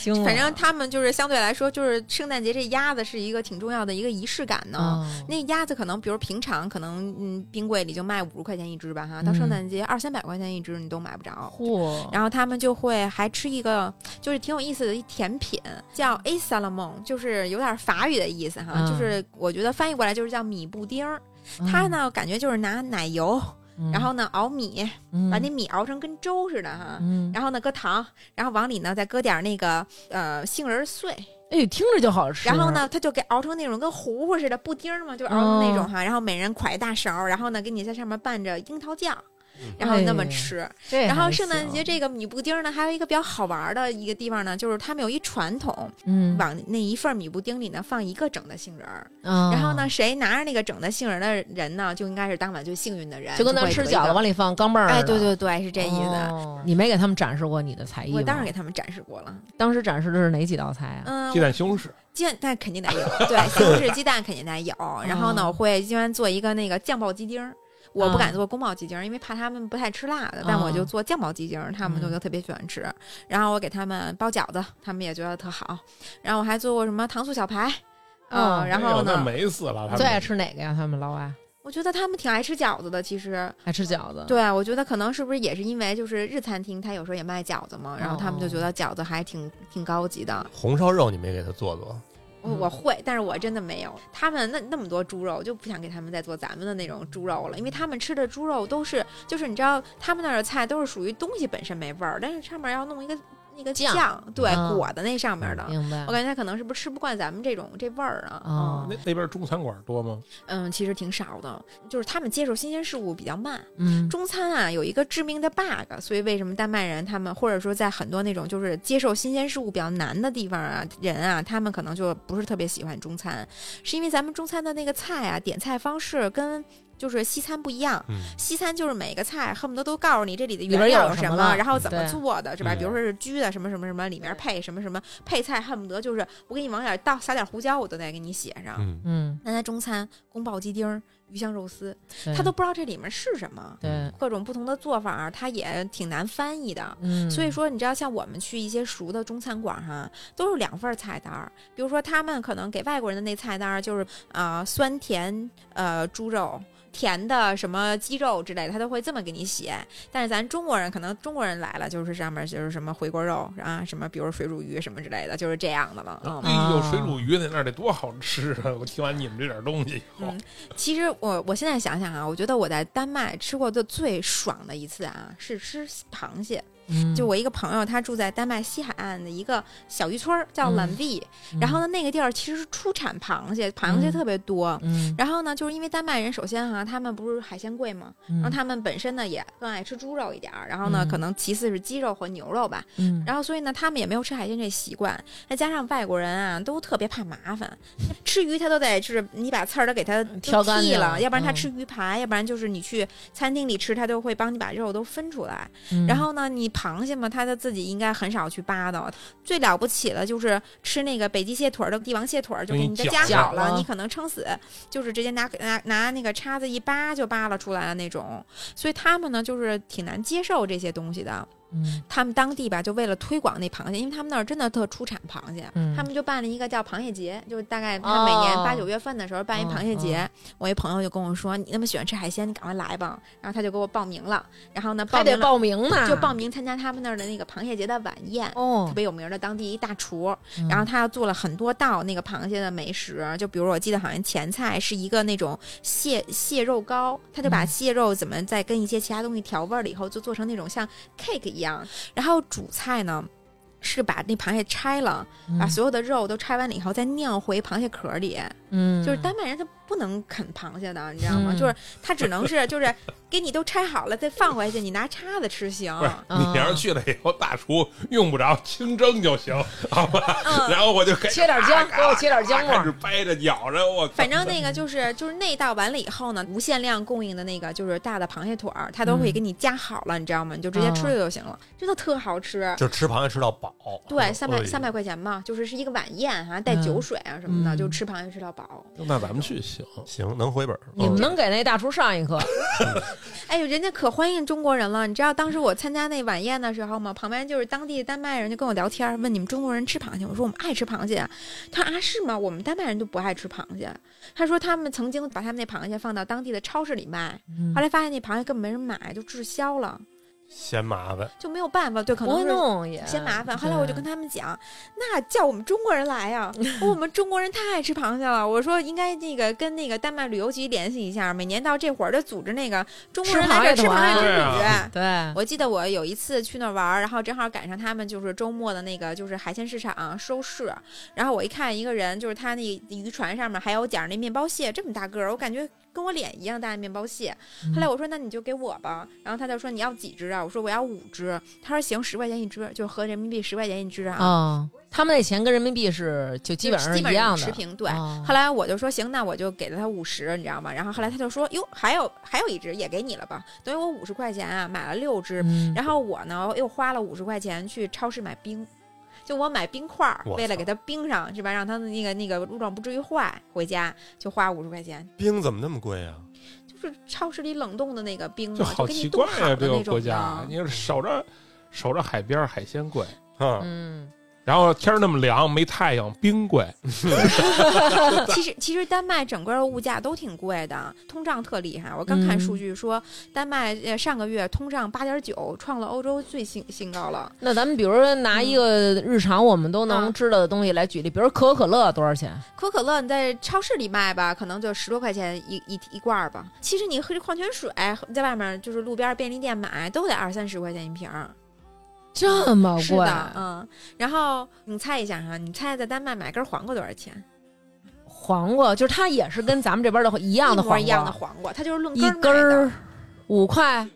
B: 惊了
C: 反正他们就是相对来说，就是圣诞节这鸭子是一个挺重要的一个仪式感呢。
B: 哦
C: 那鸭子可能，比如平常可能，嗯，冰柜里就卖五十块钱一只吧，哈，到
B: 嗯
C: 圣诞节二三百块钱一只你都买不着。
B: 嚯，
C: 然后他们就会还吃一个，就是挺有意思的一甜品，叫 a s a l a m o n 就是有点法语的意思哈，
B: 嗯
C: 就是我觉得翻译过来就是叫米布丁儿。
B: 嗯
C: 它，呢，感觉就是拿奶油，
B: 嗯
C: 然后呢熬米，把那
B: 嗯
C: 米熬成跟粥似的哈，
B: 嗯，
C: 然后呢搁糖，然后往里呢再搁点那个呃杏仁碎，
B: 哎，听着就好吃。
C: 然后，呢，他就给熬成那种跟糊糊似的布丁儿嘛，就熬成
B: 哦
C: 那种哈。然后每人㧟一大勺儿，然后呢，给你在上面拌着樱桃酱
E: 嗯，
C: 然后那么
B: 哎
C: 吃。
B: 这
C: 然后
B: 还
C: 圣诞节
B: 行，
C: 这个米布丁儿呢，还有一个比较好玩儿的一个地方呢，就是他们有一传统，
B: 嗯，
C: 往那一份儿米布丁里呢放一个整的杏仁儿。
B: 然
C: 然后呢，，谁拿着那个整的杏仁儿的人呢，就应该是当晚最幸运的人，
B: 就跟咱
C: 会
B: 吃
C: 得一
B: 饺子
C: 个
B: 往里放钢镚儿，哦
C: 哎，对，对对，是这意思。
B: 思。你没给他们展示过你的才艺吗？
C: 我当然给他们展示过了，
B: 当时展示的是哪几道菜啊？
C: 嗯，
D: 鸡蛋西红柿，
C: 鸡蛋那肯定得有，对，西红柿鸡蛋肯定 得有。
B: 哦
C: 然后呢，我会今晚做一个那个酱爆鸡丁儿。我不敢做宫保鸡丁儿，因为怕他们不太吃辣的，但
B: 嗯哦
C: 我就做酱爆鸡丁儿，他们就
B: 嗯
C: 就特别喜欢吃。然后我给他们包饺子，他们也觉得特好。然后我还做过什么糖醋小排，嗯、
B: 哦
C: 然
D: 哎呦
C: 后
D: 那
C: 呢，
D: 美死了，他们
B: 最爱吃哪个呀？他们老外
C: 我觉得他们挺爱吃饺子的。其实，
B: 爱吃饺子。，
C: 对我觉得可能是不是也是因为就是日餐厅它有时候也卖饺子嘛，然后他们
B: 哦
C: 就觉得饺子还挺挺高级的。
E: 红烧肉你没给他做做？
C: 我我会，但是我真的没有。他们那那么多猪肉，我就不想给他们再做咱们的那种猪肉了，因为他们吃的猪肉都是，就是你知道他们那儿的菜都是属于东西本身没味儿，但是上面要弄一个那个
B: 酱
C: 对，
B: 嗯
C: 裹的那上面的。
B: 明白
C: 我。感觉他可能是不是吃不惯咱们这种这味儿啊？
B: 哦
D: 那那边中餐馆多吗？
C: 嗯，其实挺少的，就是他们接受新鲜事物比较慢。
B: 嗯，
C: 中餐啊有一个致命的 bug，所以为什么丹麦人他们或者说在很多那种就是接受新鲜事物比较难的地方啊人啊，他们可能就不是特别喜欢中餐，是因为咱们中餐的那个菜啊点菜方式跟就是西餐不一样。
E: 嗯，
C: 西餐就是每个菜恨不得都告诉你这里的
B: 里
C: 原
B: 边
C: 料
B: 有
C: 有
B: 什
C: 什
B: 么
C: 么，
B: 了
C: 然后怎么
B: 对
C: 做的，是吧？
E: 嗯
C: 比如说是焗的什么什么什么，里面配什么什么配菜，恨不得就是我给你往点倒撒点胡椒，我都得给你写上。
E: 嗯，
B: 嗯，
C: 那在中餐，宫保鸡丁儿、鱼香肉丝，
B: 对
C: 他都不知道这里面是什么。
B: 对，
C: 各种不同的做法儿，它也挺难翻译的。
B: 嗯，
C: 所以说，你知道，像我们去一些熟的中餐馆儿哈，都是两份儿菜单儿。比如说，他们可能给外国人的那菜单儿就是啊、呃酸甜呃猪肉。甜的什么鸡肉之类的，他都会这么给你写。但是咱中国人可能中国人来了，就是上面就是什么回锅肉啊，什么比如水煮鱼什么之类的，就是这样的了。嗯，
D: 哎呦，水煮鱼在那儿得多好吃啊！我听完你们这点东西以后
C: 嗯，其实我我现在想想啊，我觉得我在丹麦吃过的最爽的一次啊，是吃螃蟹。
B: 嗯
C: 就我一个朋友，他住在丹麦西海岸的一个小渔村儿，叫
B: 嗯
C: 兰比、然后呢，那个地儿其实出产螃蟹，螃蟹
B: 嗯
C: 特别多。
B: 嗯，
C: 然后呢，就是因为丹麦人首先哈、他们不是海鲜贵嘛，
B: 然
C: 然后他们本身呢也更爱吃猪肉一点儿，然后呢，
B: 嗯
C: 可能其次是鸡肉和牛肉吧，
B: 嗯，
C: 然后所以呢，他们也没有吃海鲜这习惯，再加上外国人啊都特别怕麻 烦，吃鱼他都得就是你把刺儿都给他都
B: 呃挑干
C: 剔
B: 净
C: 了，要不然他
B: 嗯
C: 吃鱼排，要不然就是你去餐厅里吃，他都会帮你把肉都分出来。
B: 嗯
C: 然后呢，你螃蟹嘛，它就自己应该很少去扒叨。最了不起的就是吃那个北极蟹腿儿的帝王蟹腿儿，就
D: 给
C: 给
D: 你
C: 你这
D: 绞
C: 夹
B: 了啊
C: 好了，你可能撑死，就是直接拿拿拿那个叉子一扒就扒拉出来的那种。所以他们呢，就是挺难接受这些东西的。
B: 嗯
C: 他们当地吧，就为了推广那螃蟹，因为他们那儿真的特出产螃蟹，
B: 嗯
C: 他们就办了一个叫螃蟹节，就是大概他每年
B: 哦嗯
C: 八九月份的时候办一螃蟹节。我一朋友就跟我说：“你那么喜欢吃海鲜，你赶快来吧。”然后他就给我报名了，然后呢，报
B: 还
C: 名
B: 得
C: 了
B: 报名呢，
C: 就报名参加他们那儿的那个螃蟹节的晚宴。特
B: 嗯哦，
C: 别有名的当地一大厨，
B: 嗯
C: 然后他做了很多道那个螃蟹的美食，就比如我记得好像前菜是一个那种蟹蟹肉糕，他就把
B: 嗯
C: 蟹肉怎么再跟一些其他东西调味儿了以后，就做成那种像 cake 一样。然后主菜呢是把那螃蟹拆了，把啊所有的肉都拆完了以后再酿回螃蟹壳里，
B: 嗯，
C: 就是丹麦人他不能啃螃蟹的，你知道吗？
B: 嗯
C: 就是他只能是就是给你都拆好了再放回去，你拿叉子 吃行。
D: 不是你
C: 嗯
D: 要是去了以后，大厨用不着清蒸就行，好吧？
C: 嗯
D: 然后我就开始
B: 切点 姜，
D: 咔
B: 给我切点姜末
D: 开。始掰着咬着，我靠
C: 反正那个就是就是那道完了以后呢，无限量供应的那个就是大的螃蟹腿儿，它都会给你夹好了，你知道吗？你就直接吃了就行
B: 哦
C: 了，真的特好吃。
E: 就吃螃蟹吃到饱。哎
C: 对，三百三
E: 百。
C: 百块钱嘛，就是是一个晚宴哈、带酒水啊什么的，
B: 嗯
C: 就吃螃蟹吃到饱。高。
D: 那咱们去行，
E: 行，能回本儿。
B: 你们
E: 嗯
B: 能给那大厨上一课？
C: 哎呦，人家可欢迎中国人了。你知道当时我参加那晚宴的时候吗？旁边就是当地丹麦人就跟我聊天，问你们中国人吃螃蟹，我说我们爱吃螃蟹啊。他说啊是吗？我们丹麦人都不爱吃螃蟹。他说他们曾经把他们那螃蟹放到当地的超市里卖，后来发现那螃蟹根本没人买，就滞销了，
E: 嫌麻烦，
C: 就没有办法。对，可
B: 不
C: 能
B: 会
C: 是
B: 弄也
C: 嫌麻烦。后来我就跟
B: 他
C: 他们讲，那叫我们中国人 来呀、我说我们中国人太爱吃螃蟹了。我说应该那个跟那个丹麦旅游局联系一下，每年到这会儿就组织那个中国人来这儿
B: 吃
C: 吃
B: 螃
C: 螃
B: 蟹
C: 蟹之
D: 团
C: 旅。
D: 对
B: 啊对，
C: 我记得我有一次去那儿玩儿，然后正好赶上他们就是周末的那个就是海鲜市场收市，然后我一看一个人，就是他那渔船上面还有点儿那面包蟹这么大个儿，我感觉跟我脸一样大的面包蟹。
B: 嗯
C: 后来我说那你就给我吧，然后他就说你要几只啊？我说我要五只，他说行，十块钱一只，就是合人民币十块钱一只啊。
B: 啊，他们那钱跟人民币是就基本上
C: 基
B: 一
C: 本
B: 样
C: 上
B: 的
C: 持。平，对。
B: 哦
C: 后来我就说行，那我就给了他五十，你知道吗？然后后来他就说哟，还有还有一只也给你了吧，等于我五十块钱啊，买了六只
B: 嗯
C: 然后我呢又花了五十块钱去超市买冰，就我买冰块儿，
E: 我
C: 为了
E: 操
C: 给它冰上，是吧？让它的那个那个路障不至于坏，回家就花五十块钱，
E: 冰怎么那么贵啊？
C: 就是超市里冷冻的嗯那个冰
D: 就
C: 嘛，
D: 好
C: 给你
D: 奇
C: 冻
D: 怪
C: 好
D: 呀、
C: 的
D: 这
C: 那
D: 个
C: 种啊的
D: 国家，。你守着守着海边儿海鲜贵，
E: 啊，
B: 嗯，
D: 然后天儿那么凉，没太阳，冰贵。
C: 其实其实丹麦整个的物价都挺贵的，通胀特厉害。我刚看数
B: 嗯
C: 据说，丹麦呃上个月通胀八点九，创了欧洲最新新高了。
B: 那咱们比如说拿一个日常我们都能
C: 嗯
B: 知道的东西来举例，比如可口可乐多少钱？
C: 可口可乐你在超市里卖吧，可能就十多块钱一一一罐儿吧。其实你喝这矿泉水，你在外面就是路边便利店买，都得二三十块钱一瓶儿。
B: 这么
C: 是
B: 贵？啊
C: 的，嗯。然后你猜一下哈，你猜在丹麦买根黄瓜多少钱？
B: 黄瓜就是它也是跟咱们这边的一样的黄
C: 一
B: 瓜，
C: 模一样的黄瓜，它就是论
B: 一
C: 根
B: 根
C: 儿买
B: 儿
C: 的，
B: 五块，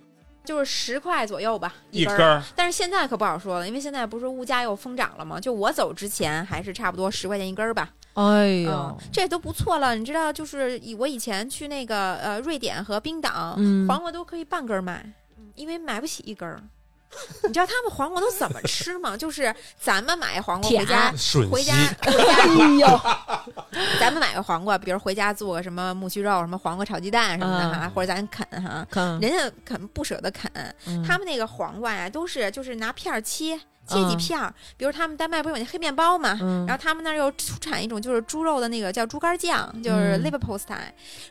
C: 就是十块左右吧，
D: 一
C: 根
D: 根
C: 儿。
D: 儿
C: 但是现在可不好说了，因为现在不是物价又疯涨了吗？就我走之前还是差不多十块钱一根儿吧。
B: 哎
C: 嗯
B: 呦，，
C: 这都不错了。你知道，就是以我以前去那个呃瑞典和冰岛，
B: 嗯
C: 黄瓜都可以半根儿卖，因为买不起一根儿。你知道他们黄瓜都怎么 吃吗？就是咱们买黄瓜
B: 舔
C: 回家。
E: 吮
C: 回
E: 吸
C: 家，回家，
B: 哎呦，
C: 咱们买个黄瓜，比如回家做个什么木须肉、什么黄瓜炒鸡蛋什么的
B: 嗯
C: 哈，或者咱啃哈，
B: 看
C: 人家啃不舍得啃，
B: 嗯
C: 他们那个黄瓜呀，都是就是拿片儿切，切几
B: 嗯
C: 片儿。比如他们丹麦不是有那黑面包嘛，
B: 嗯，
C: 然后他们那儿又出产一种就是猪肉的那个叫猪肝酱，就是
B: 嗯
C: Leberpostei，、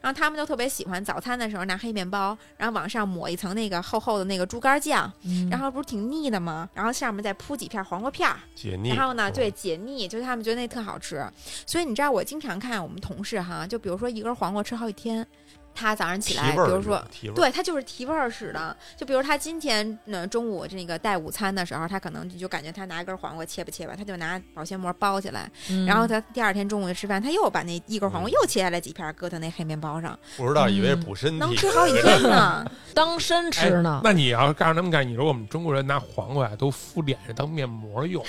C: 然后他们都特别喜欢早餐的时候拿黑面包，然后往上抹一层那个厚厚的那个猪肝酱，
B: 嗯
C: 然后不是挺腻的吗？然后上面再铺几片黄瓜片儿，
E: 解腻。
C: 然后呢，
E: 嗯
C: 对，解腻，就是他们觉得那特好吃。所以你知道，我经常看我们同事哈，就比如说一根黄瓜吃好几天，他早上起
E: 提
C: 来，
E: 味
C: 比
E: 儿，
C: 如说
E: 提味儿，
C: 对，它就是提味儿似的。就比如他今天呢中午这个带午餐的时候，他可能就就感觉他拿一根黄瓜切吧切吧，他就拿保鲜膜包起来，
B: 嗯
C: 然后他第二天中午吃饭，他又把那一根黄瓜
E: 嗯
C: 又切下来几片儿搁到那黑面包上，
E: 不知道以为是补
D: 嗯
E: 身
C: 嗯能
E: 体，
C: 吃好几 天呢。
B: 嗯当参
D: 哎
B: 吃呢，
D: 那你要告诉他们干，你说我们中国人拿黄瓜呀都敷脸上当面膜用，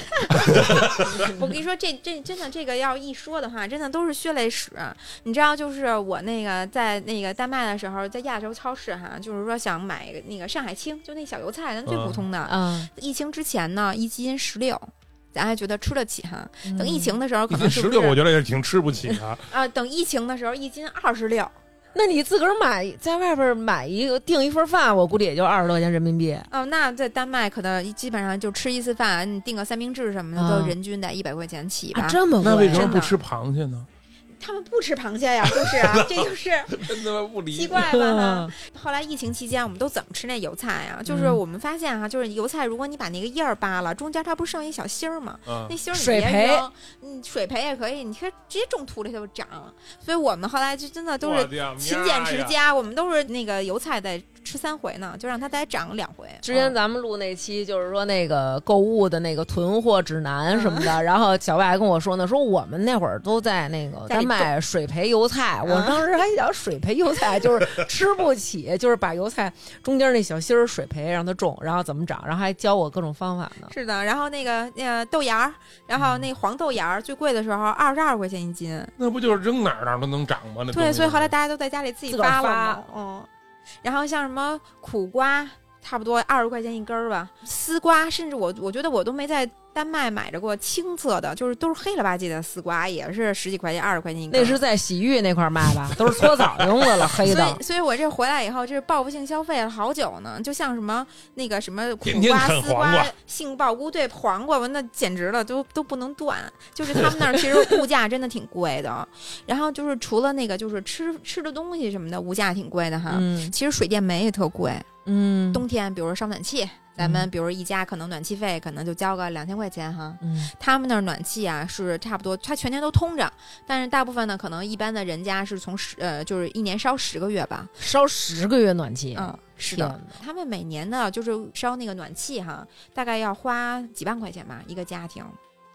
C: 我跟你说，这这真的这个要一说的话，真的都是血泪史。你知道，就是我那个在那个丹麦的时候，在亚洲超市哈，就是说想买那个上海青，就那小油菜，咱最普
D: 嗯
C: 通的。
B: 嗯，
C: 疫情之前呢，一斤十六。咱还觉得吃得起哈，嗯等疫情的时候可
D: 嗯一
C: 能
D: 斤
C: 是
D: 十
C: 不是
D: 六，我觉得也挺吃不起的。
C: 啊？等疫情的时候一斤二十六
B: 那你自个儿买，在外边买一个订一份饭，我估计也就二十多块钱人民币。
C: 哦，那在丹麦可能基本上就吃一次饭，你订个三明治什么的，
B: 啊
C: 都人均得一百块钱起吧。
B: 啊，这么贵？
D: 那为什
C: 真的
D: 么 不吃螃蟹呢？
C: 他们不吃螃蟹呀，就是啊，这就是
D: 真他妈不理
C: 奇怪吧？ 哈。后来疫情期间，我们都怎么吃那油菜呀？就是
B: 嗯
C: 我们发现哈，啊就是油菜，如果你把那个叶儿扒了，中间它不是剩一小芯儿吗？
D: 嗯
C: 那，芯儿你
B: 水
C: 别
B: 培
C: 扔，你水培也可以，你可以直接种土里它就长。所以我们后来就真的都是勤俭持家，我们都是那个油菜得吃三回呢，就让它再长两回。
B: 之前咱们录那期就是说那个购物的那个囤货指南什么
C: 嗯
B: 的， 然后小外还跟我说呢，说我们那会儿都在那个
C: 在啊
B: 在卖水培油菜，我当时还想水培油菜就是 吃不起，就是把油菜中间那小芯儿水培让它种，然后怎么长，然后还教我各种方法呢。
C: 是的，然后那个呃豆芽儿，然
B: 嗯
C: 后那黄豆芽儿最贵的时候二十二块钱一斤，
D: 那不就是扔哪儿哪儿都能长吗？那东
C: 对，
D: 西
C: 所以
B: 啊
C: 后来大家都在家里自己
B: 自个儿
C: 发了
B: 发
C: 嘛，嗯。然后像什么嗯苦瓜，差不多二十块钱一根儿吧，丝瓜，甚至我我觉得我都没在丹麦买着过青色的，就是都是黑了吧唧的丝瓜，也是十几块钱、二十块钱一根。
B: 那是在洗浴那块儿卖吧，都是搓澡用 的了，黑
C: 所
B: 的
C: 以，。所以我这回来以后，这是报复性消费了好久呢。就像什么那个什么苦
D: 天天
C: 瓜、
D: 啃
C: 丝
D: 黄
C: 瓜
D: 瓜、
C: 杏鲍菇，对黄瓜，我那简直了，都都不能断。就是他们那儿其实物价真的挺贵的。然后就是除了那个，就是吃吃的东西什么的，物价挺贵的哈。
B: 嗯
C: 其实水电煤也特贵，
B: 嗯，
C: 冬天比如说烧暖气，咱们
B: 嗯
C: 比如一家可能暖气费可能就交个两千块钱哈。
B: 嗯
C: 他们那儿暖气啊是差不多，它全年都通着，但是大部分呢，可能一般的人家是从十呃，就是一年烧十个月吧。
B: 烧十个月暖气，
C: 嗯，是
B: 天
C: 的，
B: 哪，
C: 他们每年呢就是烧那个暖气哈，大概要花几万块钱吧，一个家庭。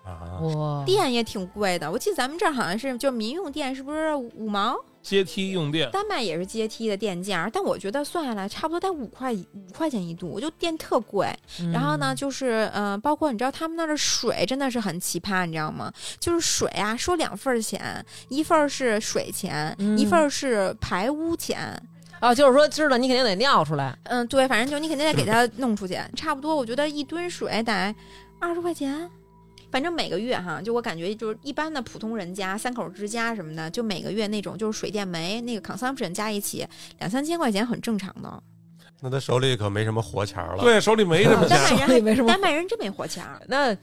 E: 啊，
B: 哇，
C: 电也挺贵的，我记得咱们这儿好像是就民用电是不是五毛？
D: 阶梯用电，
C: 丹麦也是阶梯的电价，但我觉得算下来差不多得五块五块钱一度，我就电特贵。然后呢，
B: 嗯，
C: 就是呃，包括你知道他们那儿的水真的是很奇葩，你知道吗？就是水啊，收两份儿钱，一份儿是水钱，一份
B: 嗯
C: 儿是排污钱。
B: 哦，就是说知道你肯定得尿出来，
C: 嗯，对，反正就你肯定得给它弄出去，差不多，我觉得一吨水得二十块钱。反正每个月哈，就我感觉就是一般的普通人家、三口之家什么的，就每个月那种就是水电煤那个 consumption 加一起两三千块钱很正常的。
E: 那他手里可没什么活钱儿了。
D: 对啊手里没什么
C: 丹麦 人
D: 钱，
B: 手里没什
C: 还
B: 么
C: 丹麦人真没活钱儿，
B: 那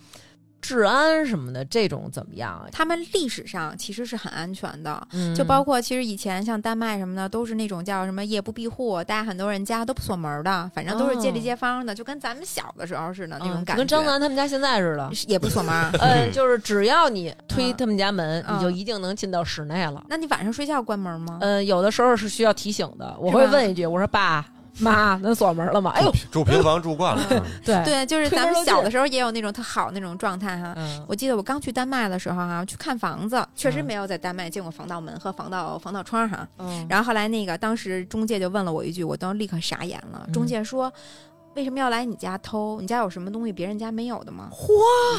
B: 治安什么的这种怎么样啊？
C: 他们历史上其实是很安全的，
B: 嗯
C: 就包括其实以前像丹麦什么的，都是那种叫什么夜不闭户，大家很多人家都不锁门的，反正都是街里街坊的，就跟咱们小的时候似的那种
B: 哦嗯
C: 感觉。
B: 跟张楠他们家现在似的。
C: 也不锁门，
B: 呃，就是只要你推他们家门，
C: 嗯
B: 你就一定能进到室内了。
C: 那你晚上睡觉关门吗？
B: 呃，有的时候是需要提醒的，我会问一句，我说爸妈，咱锁门了吗？哎呦，
E: 住平房住惯了，嗯
B: 对，
C: 对，就是
B: 呃
C: 咱
B: 推门
C: 们
B: 而
C: 小
B: 进
C: 的时候也有那种特好那种状态哈。
B: 嗯，
C: 我记得我刚去丹麦的时候哈、去看房子，确实
B: 嗯
C: 没有在丹麦见过防盗门和防盗防盗窗哈、
B: 嗯
C: 然后后来那个当时中介就问了我一句，我当时立刻傻眼了。中
B: 嗯
C: 介说：“为什么要来你家偷？你家有什么东西别人家没有的吗？”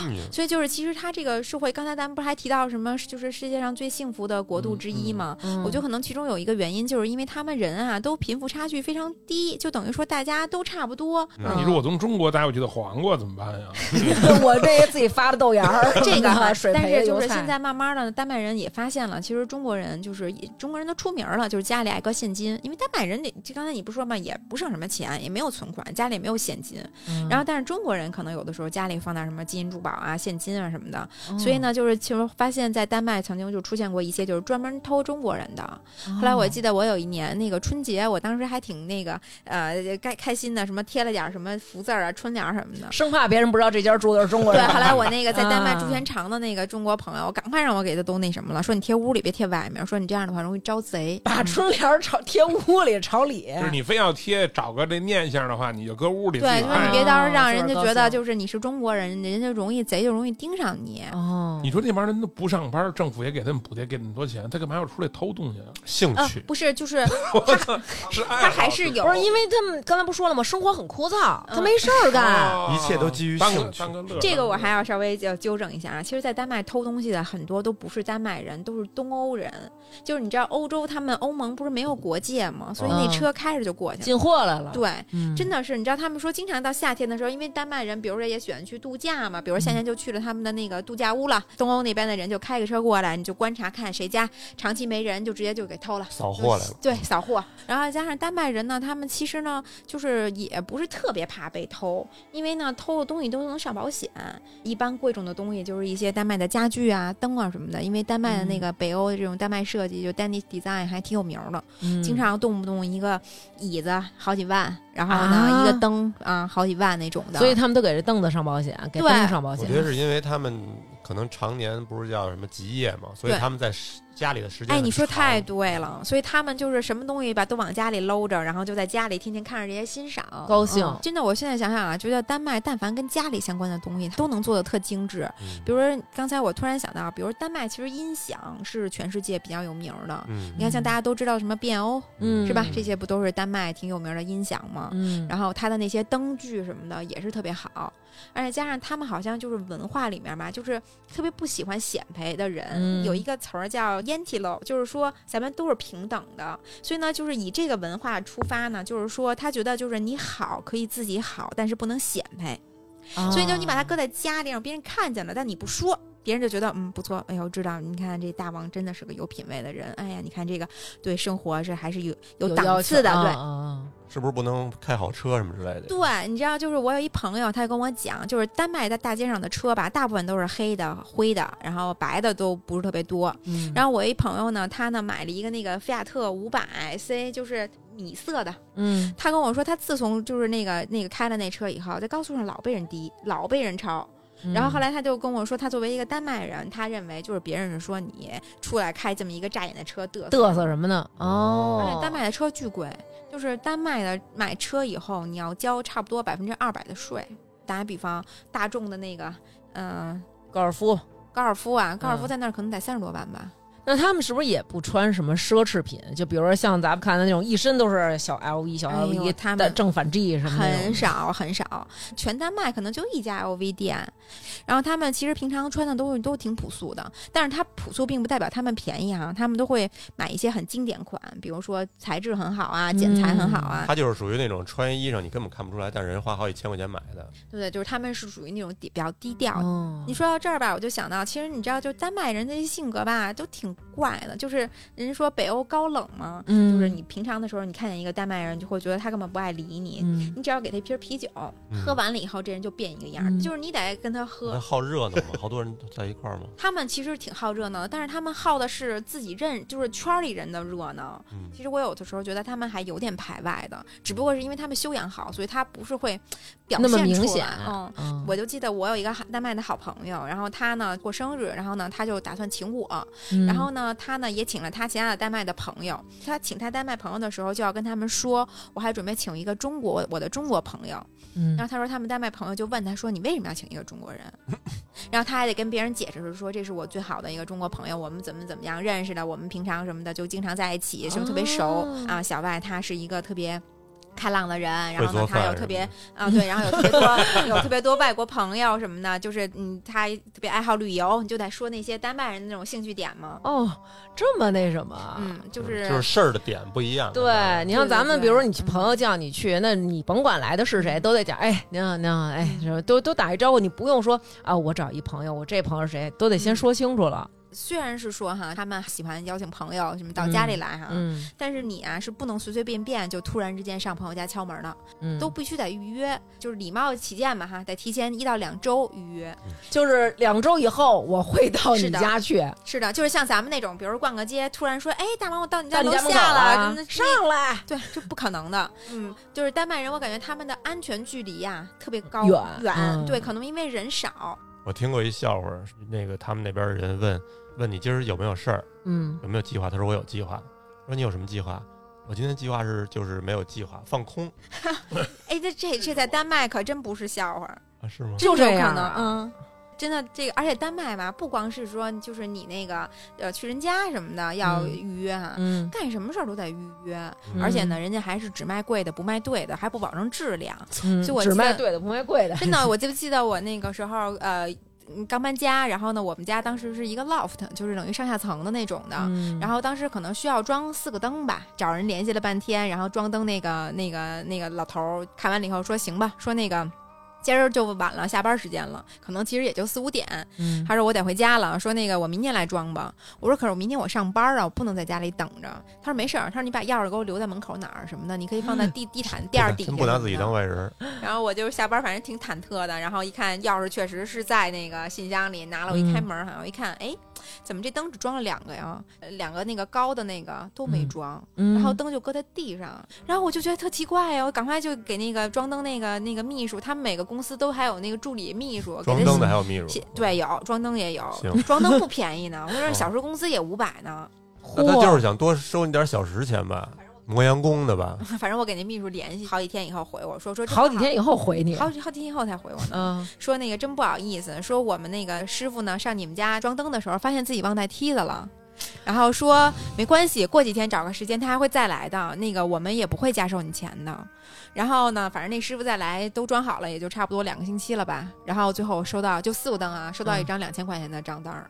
E: 嗯
C: 所以就是，其实它这个社会，刚才咱们不是还提到什么，就是世界上最幸福的国度之一吗？
B: 嗯
C: 我觉得可能其中有一个原因，就是因为他们人啊都贫富差距非常低，就等于说大家都差不多。
B: 嗯
C: 嗯
D: 那啊你说我从中国带回去的黄瓜怎么
C: 哎
D: 办呀？
B: 我这也自己发的豆芽 儿，，
C: 这个哈
B: 水
C: 但
B: 培的
C: 是就
B: 油
C: 是
B: 菜
C: 现在慢慢的，丹麦人也发现了，其实中国人就是呃中国人都出名了，就是家里爱搁现金，因为丹麦人得就刚才你不说嘛，也不剩什么钱，也没有存款，家里也没有现金。
B: 嗯
C: 然后，但是中国人可能有的时候家里放点什么金银珠宝啊、现金啊什么的，
B: 嗯。
C: 所以，呢，就是其实发现，在丹麦曾经就出现过一些就是专门偷中国人的。后来我记得我有一年那个春节，我当时还挺那个呃开开心的，什么贴了点儿什么福字儿啊、春联儿什么的
B: 生怕别人不知道这家住的是中国
C: 对，
B: 人。
C: 后来我那个在丹麦
B: 啊
C: 驻圈长的那个中国朋友，我赶快让我给他都那什么了，说你贴屋里别贴外面，说你这样的话容易招贼。
B: 把春联儿朝贴屋里朝里，
D: 就是你非要贴找个这念想的话，你就搁屋里自
C: 对，
D: 己啊
C: 就哎说你
D: 看。
C: 别到时候让
B: 哦
C: 人家
B: 自个儿
C: 觉
B: 高
C: 得
B: 兴
C: 就是你是中国人，人家容易贼就容易盯上你。
B: 哦
D: 你说那帮人都不上班，政府也给他们补贴，给那么多钱，他干嘛要出来偷东西啊？
E: 兴
C: 啊
E: 趣，
C: 不是， 就是
D: 是爱
C: 他
D: 好
C: 还是有，
B: 不是因为他们刚才不说了吗？生活很枯燥，他没事儿干。
D: 哦
E: 一切都基于
D: 当个
E: 兴趣
D: 当个乐儿
C: 这个我还要稍微要纠正一下啊，其实，在丹麦偷东西的很多都不是丹麦人，都是东欧人。就是你知道，欧洲他们欧盟不是没有国界吗？所以那
B: 嗯
C: 车开着就过去了。
B: 进货来了，
C: 对，
B: 嗯，
C: 真的是，你知道他们说，经常到夏天的时候，因为丹麦人，比如说也喜欢去度假嘛，比如夏
E: 嗯
C: 天就去了他们的那个度假屋了。东欧那边的人就开个车过来，你就观察看谁家长期没人，就直接就给偷了。
E: 扫货来了。
C: 对，扫货。然后加上丹麦人呢，他们其实呢，就是也不是特别怕被偷，因为呢，偷了东西都能上保险。一般贵重的东西就是一些丹麦的家具啊、灯啊什么的，因为丹麦的那
B: 嗯
C: 个北欧的这种丹麦设计，就 Danish design 还挺有名儿的，
B: 嗯
C: 经常动不动一个椅子好几万，然后呢、
B: 啊
C: 一个灯啊好几万那种
B: 嗯
C: 的。
B: 所以他们都给这凳子上保险，给灯
C: 对
B: 上保险
E: 我觉。得是因为他们可能常年不是叫什么极夜嘛，所以
C: 对
E: 他们在时家里的时间
C: 哎，
E: 很
C: 你说
E: 长
C: 太对了，所以他们就是什么东西吧，都往家里搂着，然后就在家里天天看着这些欣赏，
B: 高兴
C: 嗯真的，我现在想想啊，觉得丹麦但凡跟家里相关的东西，它都能做的特精致。
E: 嗯
C: 比如说刚才我突然想到，比如丹麦其实音响是全世界比较有名儿的，你
E: 嗯
C: 看像大家都知道什么变欧
B: 嗯
C: 是吧？这些不都是丹麦挺有名的音响吗？
B: 嗯，
C: 然后它的那些灯具什么的也是特别好，而且加上他们好像就是文化里面吧，就是特别不喜欢显摆的人，
B: 嗯
C: 有一个词儿叫 “yentilo”，就是说咱们都是平等的，所以呢，就是以这个文化出发呢，就是说他觉得就是你好可以自己好，但是不能显摆。
B: 哦
C: 所以就你把它搁在家里，让别人看见了，但你不说，别人就觉得嗯不错，哎呦知道，你看这大王真的是个有品位的人，哎呀，你看这个对生活是还是有有档次的，
B: 哦
C: 对。
E: 是不是不能开好车什么之类的？
C: 对，你知道，就是我有一朋友，他就跟我讲，就是丹麦在大街上的车吧，大部分都是黑的、灰的，然后白的都不是特别多。
B: 对
C: 嗯
B: 哦
C: 然
B: 后
C: 后我一朋友呢，他呢买了一个那个菲亚特五百 C，就是米色的。
B: 嗯
C: 他跟我说，他自从就是那个那个开了那车以后，在高速上老被人滴，老被人超。
B: 嗯，
C: 然后后来他就跟我说，他作为一个丹麦人，他认为就是别人是说你出来开这么一个扎眼的车嘚瑟
B: 嘚瑟什么呢？
E: 哦
C: 而
B: 哦
C: 且，丹麦的车巨贵，就是丹麦的买车以后，你要交差不多百分之二百的税。打个比方，大众的那个，嗯、
B: 高尔夫，
C: 高尔夫啊，高尔夫
B: 嗯
C: 在那儿可能得三十多万吧。
B: 那他们是不是也不穿什么奢侈品？就比如说像咱们看的那种，一身都是小 L V、小
C: 哎
B: L
C: 呦
B: V，
C: 他
B: 的
C: 们
B: 正反 G 什么那种
C: 很少很少，全丹麦可能就一家 LV 店，然后他们其实平常穿的都是都挺朴素的，但是它朴素并不代表他们便宜啊，他们都会买一些很经典款，比如说材质很好啊，剪裁很好啊，
B: 嗯
E: 他就是属于那种穿衣裳你根本看不出来，但人花好几千块钱买的。
C: 对不对？就是他们是属于那种低比较低调的
B: 哦
C: 你说到这儿吧，我就想到，其实你知道，就丹麦人的性格吧，都挺怪的。就是人家说北欧高冷嘛，
B: 嗯
C: 就是你平常的时候，你看见一个丹麦人，你就会觉得他根本不爱理你。
B: 嗯
C: 你只要给他一瓶啤酒，
E: 嗯
C: 喝完了以后，这人就变一个样儿。
B: 嗯
C: 就是你得跟他
E: 那
C: 喝。
E: 好热闹 嘛，好多人都在一块儿嘛。
C: 他们其实挺好热闹的，但是他们好的是自己认，就是圈儿里人的热闹。
E: 嗯，
C: 其实我有的时候觉得他们还有点排外的，只不过是因为他们修养好，所以他不是会表
B: 那
C: 现出
B: 么
C: 来。
B: 明显
C: 嗯，
B: 嗯
C: 我就记得我有一个丹麦的好朋友，然后他呢过生日，然后呢他就打算请我，
B: 嗯
C: 然后呢他呢也请了他其他的丹麦的朋友。他请他丹麦朋友的时候，就要跟他们说，我还准备请一个中国我的中国朋友。
B: 嗯
C: 然后他说他们丹麦朋友就问他说你为什么要请一个中国人？ 然后他还得跟别人解释说这是我最好的一个中国朋友，我们怎么怎么样认识的，我们平常什么的就经常在一起，就特别熟、
B: 哦
C: 啊。小外他是一个特别。开朗的人，然
E: 会
C: 后呢
E: 做，
C: 他
E: 饭
C: 又
E: 是
C: 特
E: 吧
C: 别啊，对，然后有特别多有特别多外国朋友什么的，就是嗯，他特别爱好旅游，你就得说那些丹麦人那种兴趣点嘛，
B: 哦，这么那什么，啊
C: 嗯，就是
E: 就是事儿的点不一样。啊
B: 对你像咱们，
C: 对对
B: 比如说你
C: 嗯
B: 朋友叫你去，那你甭管来的是谁，都得讲，哎，您好，您好，哎，
C: 嗯
B: 什么都都打一招呼，你不用说啊，我找一朋友，我这朋友是谁，都得先
C: 嗯
B: 说清楚了。
C: 虽然是说哈，他们喜欢邀请朋友什么到家里来哈，
B: 嗯
C: 但是你啊是不能随随便便就突然之间上朋友家敲门的，
B: 嗯，
C: 都必须得预约，就是礼貌起见嘛哈，得提前一到两周预约。
B: 就是两周以后我会到你
C: 是的
B: 家去，
C: 是的，就是像咱们那种，比如逛个街，突然说，哎，大王，我到你
B: 到
C: 家
B: 你
C: 楼
B: 家门口
C: 下了，
B: 了
C: 那
B: 上来，
C: 对，这不可能的。嗯，就是丹麦人，我感觉他们的安全距离呀、特别高
B: 远
C: 远、
B: 嗯
C: 对，可能因为人少，
E: 我听过一笑话，那个他们那边的人问问你今儿有没有事儿，
B: 嗯，
E: 有没有计划？他说我有计划。说你有什么计划？我今天计划是就是没有计划，放空
C: 哎，这这这在丹麦可真不是笑话，
E: 啊？是吗？
B: 就这
C: 真有可
B: 样
C: 能，
B: 啊
C: 嗯。真的，这个而且丹麦吧，不光是说就是你那个呃去人家什么的要
B: 嗯
C: 预约啊，
B: 嗯，
C: 干什么事儿都得预约，
E: 嗯
C: 而且呢，人家还是只卖贵的不卖对的，还不保证 质量。
B: 嗯，
C: 就我
B: 只
C: 记得
B: 卖对的不卖贵的，
C: 真的，我就记得我那个时候呃嗯刚搬家，然后呢，我们家当时是一个 loft，就是等于上下层的那种的，
B: 嗯
C: 然后当时可能需要装四个灯吧，找人联系了半天，然后装灯那个那个那个老头儿看完了以后说行吧，说那个今儿就晚了，下班时间了，可能其实也就四五点。
B: 嗯
C: 他说我得回家了，说那个我明天来装吧。我说可是我明天我上班啊，我不能在家里等着。他说没事儿，他说你把钥匙给我留在门口哪儿什么的，你可以放在地地毯垫儿底下。
E: 真嗯不拿自己当。外人。
C: 然后我就下班，反正挺忐忑的。然后一看钥匙确实是在那个信箱里，拿了我一
B: 嗯
C: 开门，好像、我一看，哎，怎么这灯只装了两个呀？呃两个那个高的那个都没装，
B: 嗯
C: 然后灯就搁在地上。然后我就觉得特奇怪呀，我赶快就给那个装灯那个那个秘书，他们每个公司都还有那个助理秘书，给
E: 装
C: 他
E: 灯的还有秘书
C: 写。对，有装灯也有
E: 行，
C: 装灯不便 宜呢。我说
E: 哦
C: 小时公司也五百呢，
E: 那他就是想多收你点小时钱吧，磨洋工的 吧？
C: 反正我给那秘书联系好几天以后回我说说这
B: 好
C: 不
B: 几天以后回你，
C: 好几好几天以后才回我呢。
B: 嗯，
C: 说那个真不好意思，说我们那个师傅呢上你们家装灯的时候，发现自己忘带梯子了。然后说没关系，过几天找个时间他还会再来的。那个我们也不会加收你钱的。然后呢，反正那师傅再来都装好了，也就差不多两个星期了吧。然后最后我收到就四个灯啊，收到一张两千块钱的账单儿。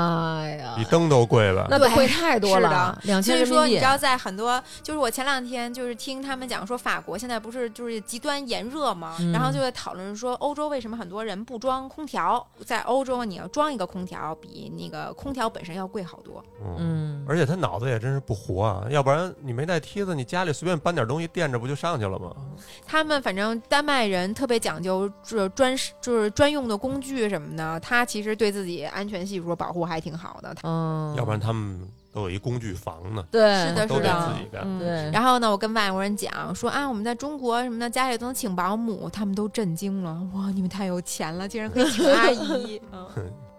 B: 妈呀
E: 比，灯都贵吧？
B: 那贵太多了，两
C: 所
B: 千
C: 以
B: 人
C: 说，
B: 民
C: 你
B: 币
C: 知。道，在很多就是我前两天就是听他们讲说，法国现在不是就是极端炎热嘛，
B: 嗯
C: 然后就在讨论说，欧洲为什么很多人不装空调？在欧洲，你要装一个空调，比那个空调本身要贵好多。
E: 嗯，
B: 嗯，
E: 而且他脑子也真是不活啊，要不然你没带梯子，你家里随便搬点东西垫着不就上去了吗？
C: 他们反正丹麦人特别讲究，就是专就是专用的工具什么的，他其实对自己安全系数保护还挺好的。
B: 嗯，
E: 要不然他们都有一工具房呢，
B: 对
C: 是的，
E: 都
C: 是
E: 得
C: 的
E: 自己，干
C: 嗯，
B: 对
C: 然后呢，我跟外国人讲说啊，我们在中国什么的，家里都能请保姆，他们都震惊了，哇，你们太有钱了，竟然可以请阿姨，嗯。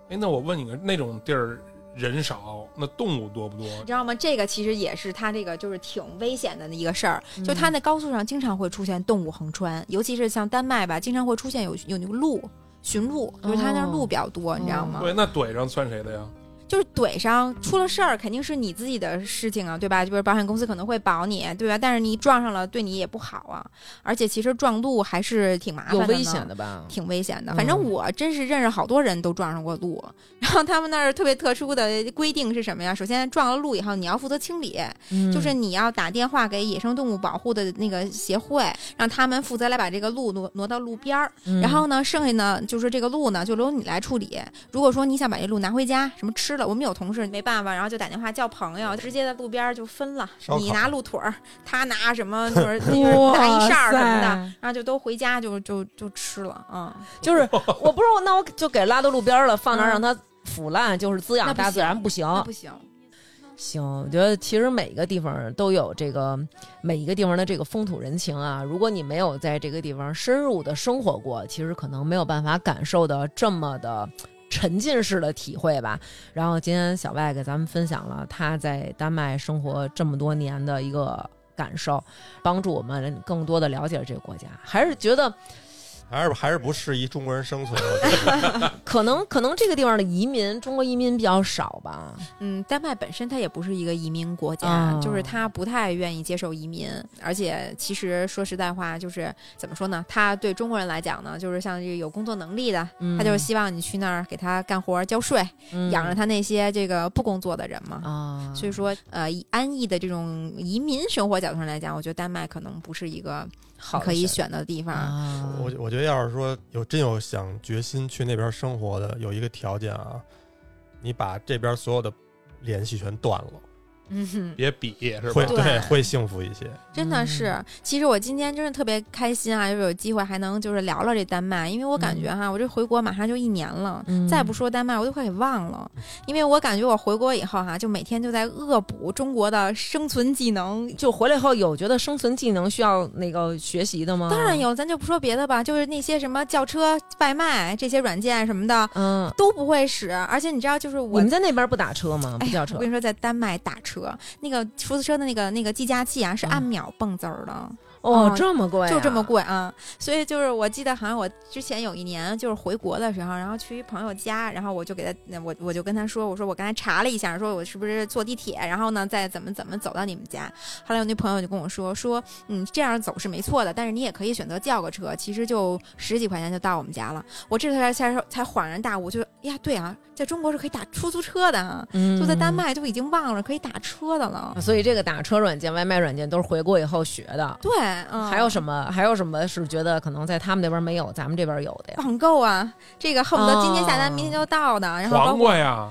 D: 哎，那我问你个，那种地儿人少，那动物多不多？
C: 你知道吗？这个其实也是它这个就是挺危险的一个事儿，
B: 嗯
C: 就它那高速上经常会出现动物横穿，尤其是像丹麦吧，经常会出现有有那个鹿驯鹿，就是它那
B: 哦
C: 鹿比较多，你知道吗？
B: 嗯
D: 对，那怼上算谁的呀？
C: 就是怼上出了事儿，肯定是你自己的事情啊，对吧？就是保险公司可能会保你，对吧？但是你撞上了，对你也不好啊。而且其实撞路还是挺麻烦
B: 有
C: 的，
B: 危险，的吧？
C: 挺危险的。
B: 嗯
C: 反正我真是认识好多人都撞上过路， 然后他们那儿特别特殊的规定是什么呀？首先撞了路以后，你要负责清理，
B: 嗯
C: 就是你要打电话给野生动物保护的那个协会，让他们负责来把这个路挪挪到路边儿。
B: 嗯
C: 然后呢，剩下呢就是这个路呢，就由你来处理。如果说你想把这路拿回家，什么吃了，我们有同事没办法，然后就打电话叫朋友，直接在路边儿就分了。
E: 烧烤
C: 你拿鹿腿儿，他拿什么就是就是拿一扇儿什么的，
B: 哎哇塞
C: 然后就都回家就就就吃了啊。嗯
B: 就是我不是我，那我就给拉到路边儿了，放那儿
C: 嗯
B: 让它腐烂，就是滋
C: 那
B: 养
C: 不
B: 大自
C: 行
B: 然不行。
C: 那不行，
B: 行，我觉得其实每一个地方都有这个每一个地方的这个风土人情啊。如果你没有在这个地方深入的生活过，其实可能没有办法感受的这么的。沉浸式的体会吧。然后今天小外给咱们分享了他在丹麦生活这么多年的一个感受，帮助我们更多的了解这个国家。还是觉得
E: 还是还是不适宜中国人生存。啊我觉得
B: 可能可能这个地方的移民，中国移民比较少吧。
C: 嗯，丹麦本身它也不是一个移民国家，
B: 哦
C: 就是它不太愿意接受移民，而且其实说实在话，就是怎么说呢？它对中国人来讲呢，就是像这个有工作能力的，
B: 嗯
C: 他就是希望你去那儿给他干活、交税，养着
B: 他
C: 他那些这个不工作的人嘛。
B: 啊，
C: 所以说，呃，以安逸的这种移民生活角度上来讲，我觉得丹麦可能不是一个
B: 好的
C: 可以
B: 选
C: 选的地
B: 择
C: 方。
B: 啊，
E: 我我觉得要是说有真有想决心去那边生活的，有一个条件啊，你把这边所有的联系全断了，
C: 嗯哼。
D: 别比是吧
E: 会？对会幸福一些。
C: 真的是，
B: 嗯
C: 其实我今天真的特别开心啊，就是有机会还能就是聊聊这丹麦，因为我感觉哈、我这回国马上就一年了，
B: 嗯
C: 再不说丹麦我都快给忘了，因为我感觉我回国以后哈、就每天就在恶补中国的生存技能。
B: 就回来以后有觉得生存技能需要那个学习的吗？
C: 当然，有，咱就不说别的吧，就是那些什么轿车、外卖这些软件什么的
B: 嗯，
C: 都不会使，而且你知道，就是我
B: 你
C: 哎
B: 们在那边不打车吗？不叫车
C: 我跟你说，在丹麦打车，那个出租车的那个那个计价器啊，是按
B: 嗯
C: 秒蹦字儿的。
B: 哦
C: 哦，
B: 这么贵啊，
C: 就这么贵啊！所以就是我记得好像我之前有一年就是回国的时候，然后去一朋友家，然后我就给他，那我呃我就跟他说，我说我刚才查了一下，说我是不是坐地铁，然后呢再怎么怎么走到你们家。后来我那朋友就跟我说说，嗯，这样走是没错的，但是你也可以选择叫个车，其实就十几块钱就到我们家了。我这才才才恍然大悟，就呀，对啊，在中国是可以打出租车的啊，
B: 嗯，
C: 就在丹麦就已经忘了可以打车的了
B: 啊。。所以这个打车软件、外卖软件都是回国以后学的。
C: 对，嗯，
B: 还有什么？还有什么是觉得可能在他们那边没有，咱们这边有的呀？
C: 网购啊，这个恨不得今天下单，
B: 哦
C: 明天就到的。然后包
D: 黄
C: 括
D: 瓜呀，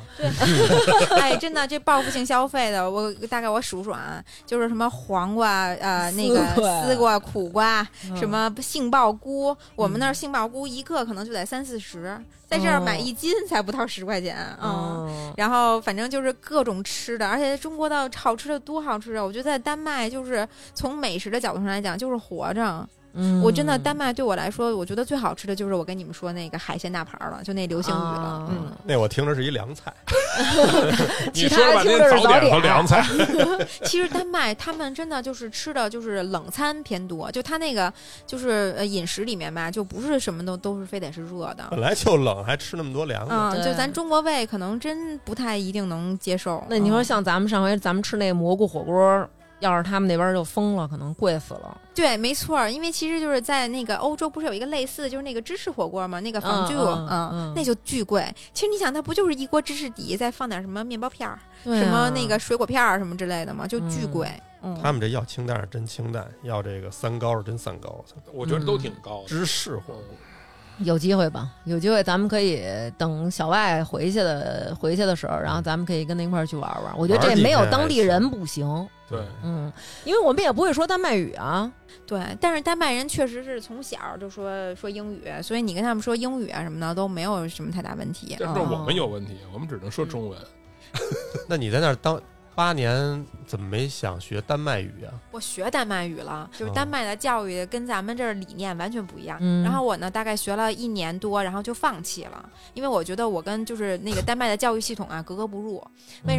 C: 哎，真的这报复性消费的，我大概我数数啊，就是什么黄瓜，呃，那个
B: 丝瓜
C: 丝瓜、苦瓜，什
B: 嗯
C: 么杏鲍菇，我们那儿杏鲍菇一个可能就得三四十，在这儿买一斤才不到十块钱啊。嗯
B: 哦
C: 然后反正就是各种吃的，而且中国的好吃的多好吃啊！我觉得在丹麦就是从美食的角度上来讲，就是活着。
B: 嗯
C: 我真的丹麦对我来说，我觉得最好吃的就是我跟你们说那个海鲜大盘儿了，就那流行语了。
B: 啊
C: 嗯，
E: 那我听着是一凉菜，
D: 你
B: 其
D: 说
B: 他
D: 半
B: 听
D: 天
B: 着是
D: 早
B: 早
D: 点和凉菜，
C: 其实丹麦他们真的就是吃的就是冷餐偏多，就他那个就是呃饮食里面吧，就不是什么都都是非得是热的。
E: 本来就冷，还吃那么多凉的。
C: 嗯，
B: 对
C: 就咱中国胃可能真不太一定能接受。
B: 那你说
C: 嗯
B: 像咱们上回咱们吃那蘑菇火锅，要是他们那边就疯了，可能贵死了。
C: 对，没错儿，因为其实就是在那个欧洲，不是有一个类似，就是那个芝士火锅嘛，那个仿
B: 嗯
C: 剧，
B: 嗯嗯
C: 那就巨贵。其实你想，它不就是一锅芝士底，再放点什么面包片儿、
B: 对啊
C: 什么那个水果片儿什么之类的嘛，就巨
B: 嗯
C: 贵。嗯，
E: 他们这要清淡是真清淡，要这个三高是真三高，
D: 我觉得
C: 嗯
D: 都挺高的。
E: 芝士火
B: 有机会吧，有机会咱们可以等小外回去的回去的时候，然后咱们可以跟他一块儿去玩玩。我觉得
E: 玩
B: 这
E: 几
B: 没有
E: 天
B: 当地人
E: 是
B: 不行，
E: 锅，
D: 对
B: 嗯，因为我们也不会说丹麦语啊，
C: 对，但是丹麦人确实是从小就说说英语，所以你跟他们说英语啊什么的都没有什么太大问题。
D: 但是
C: 嗯
D: 我们有问题，我们只能说中文。
E: 那你在那儿当八年，怎么没想学丹麦语啊？
C: 我学丹麦语了，就是丹
E: 哦
C: 麦的教育跟咱们这儿理念完全不一样。
B: 嗯
C: 然后我呢，大概学了一年多，然后就放弃了，因为我觉得我跟就是那个丹麦的教育系统啊格格不入。为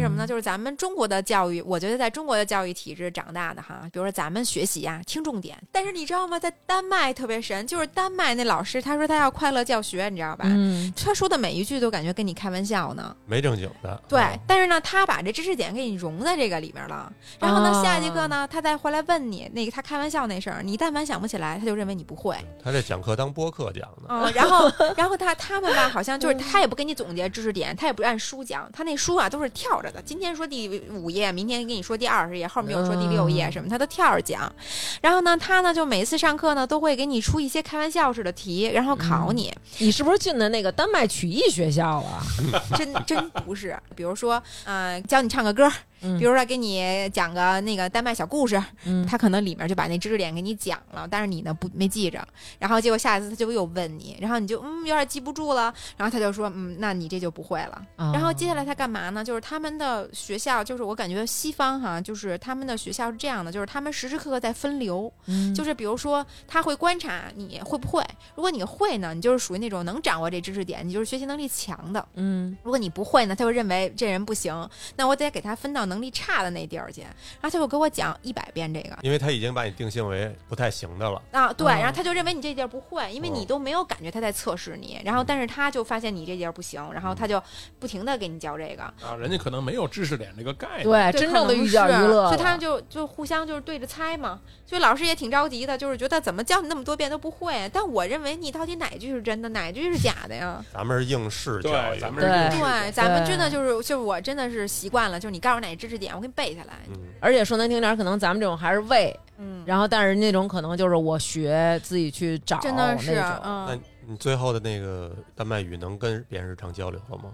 B: 嗯
C: 什么呢？就是咱们中国的教育，我觉得在中国的教育体制长大的哈，比如说咱们学习呀、听重点。但是你知道吗？在丹麦特别神，就是丹麦那老师他说他要快乐教学，你知道吧？
B: 嗯，
C: 他说的每一句都感觉跟你开玩笑呢，
E: 没正经的，
B: 嗯
C: 对，
E: 啊
C: 但是呢，他把这知识点给你融在这个里面了。然后呢，
B: 啊
C: 下节课呢，他再回来问你那个他开玩笑那事儿，你但凡想不起来，他就认为你不会。
E: 他这讲课当播客讲的，
C: 嗯，然 后然后他他们吧，好像就是他也不给你总结知识点，他也不按书讲，他那书啊都是跳着的，今天说第五页，明天给你说第二十页，后面又说第六页
B: 嗯
C: 什么，他都跳着讲。然后呢，他呢就每次上课呢都会给你出一些开玩笑式的题，然后考
B: 嗯
C: 你。
B: 你是不是进的那个丹麦曲艺学校啊了？
C: 真真不是，比如说，呃，教你唱个歌儿，
B: 嗯
C: 比如说给你讲个那个丹麦小故事，
B: 嗯，
C: 他可能里面就把那知识点给你讲了，但是你呢不没记着，然后结果下一次他就又问你，然后你就嗯有点记不住了，然后他就说嗯那你这就不会了，然后接下
B: 来
C: 来他干嘛呢？就是他们的学校，就是我感觉西方哈，就是他们的学校是这样的，就是他们时时刻刻在分流，
B: 嗯
C: 就是比如说他会观察你会不会，如果你会呢，你就是属于那种能掌握这知识点，你就是学习能力强的。
B: 嗯
C: 如果你不会呢，他就认为这人不行，那我得给他分到能力差的那地儿去。然后他就给我讲一百遍这个
E: 因为他已经把你定性为不太行的了。
C: 啊，对，
B: 嗯
C: 然后他就认为你这地儿不会，因为你
E: 哦
C: 都没有感觉他在测试你。然后但是他就发现你这地儿不行，然后他就不停的给你教这个，
D: 啊，人家可能没有知识点这个
E: 哎
D: 概念。
B: 对
C: 对
B: 哎真正的寓教
C: 可
B: 于
C: 能是
B: 乐了，
C: 所以他们就就互相就是对着猜嘛。所以老师也挺着急的，就是觉得怎么教你那么多遍都不会。但我认为你到底哪句是真的，哪句是假的呀？
E: 咱们是应试
D: 对
E: 教育，
D: 咱们
B: 对
D: 哎是应试
C: 对，
D: 的
C: 咱们真的就是就是我真的是习惯了，就是你告诉我哪知识点，我给你背下来。
E: 嗯，
B: 而且说难听点儿，可能咱们这种还是为，
C: 嗯，
B: 然后但是那种可能就是我学自己去找，
C: 真的是，
B: 那种
E: 那
C: 嗯，
E: 你最后的那个丹麦语能跟别人日常交流了吗？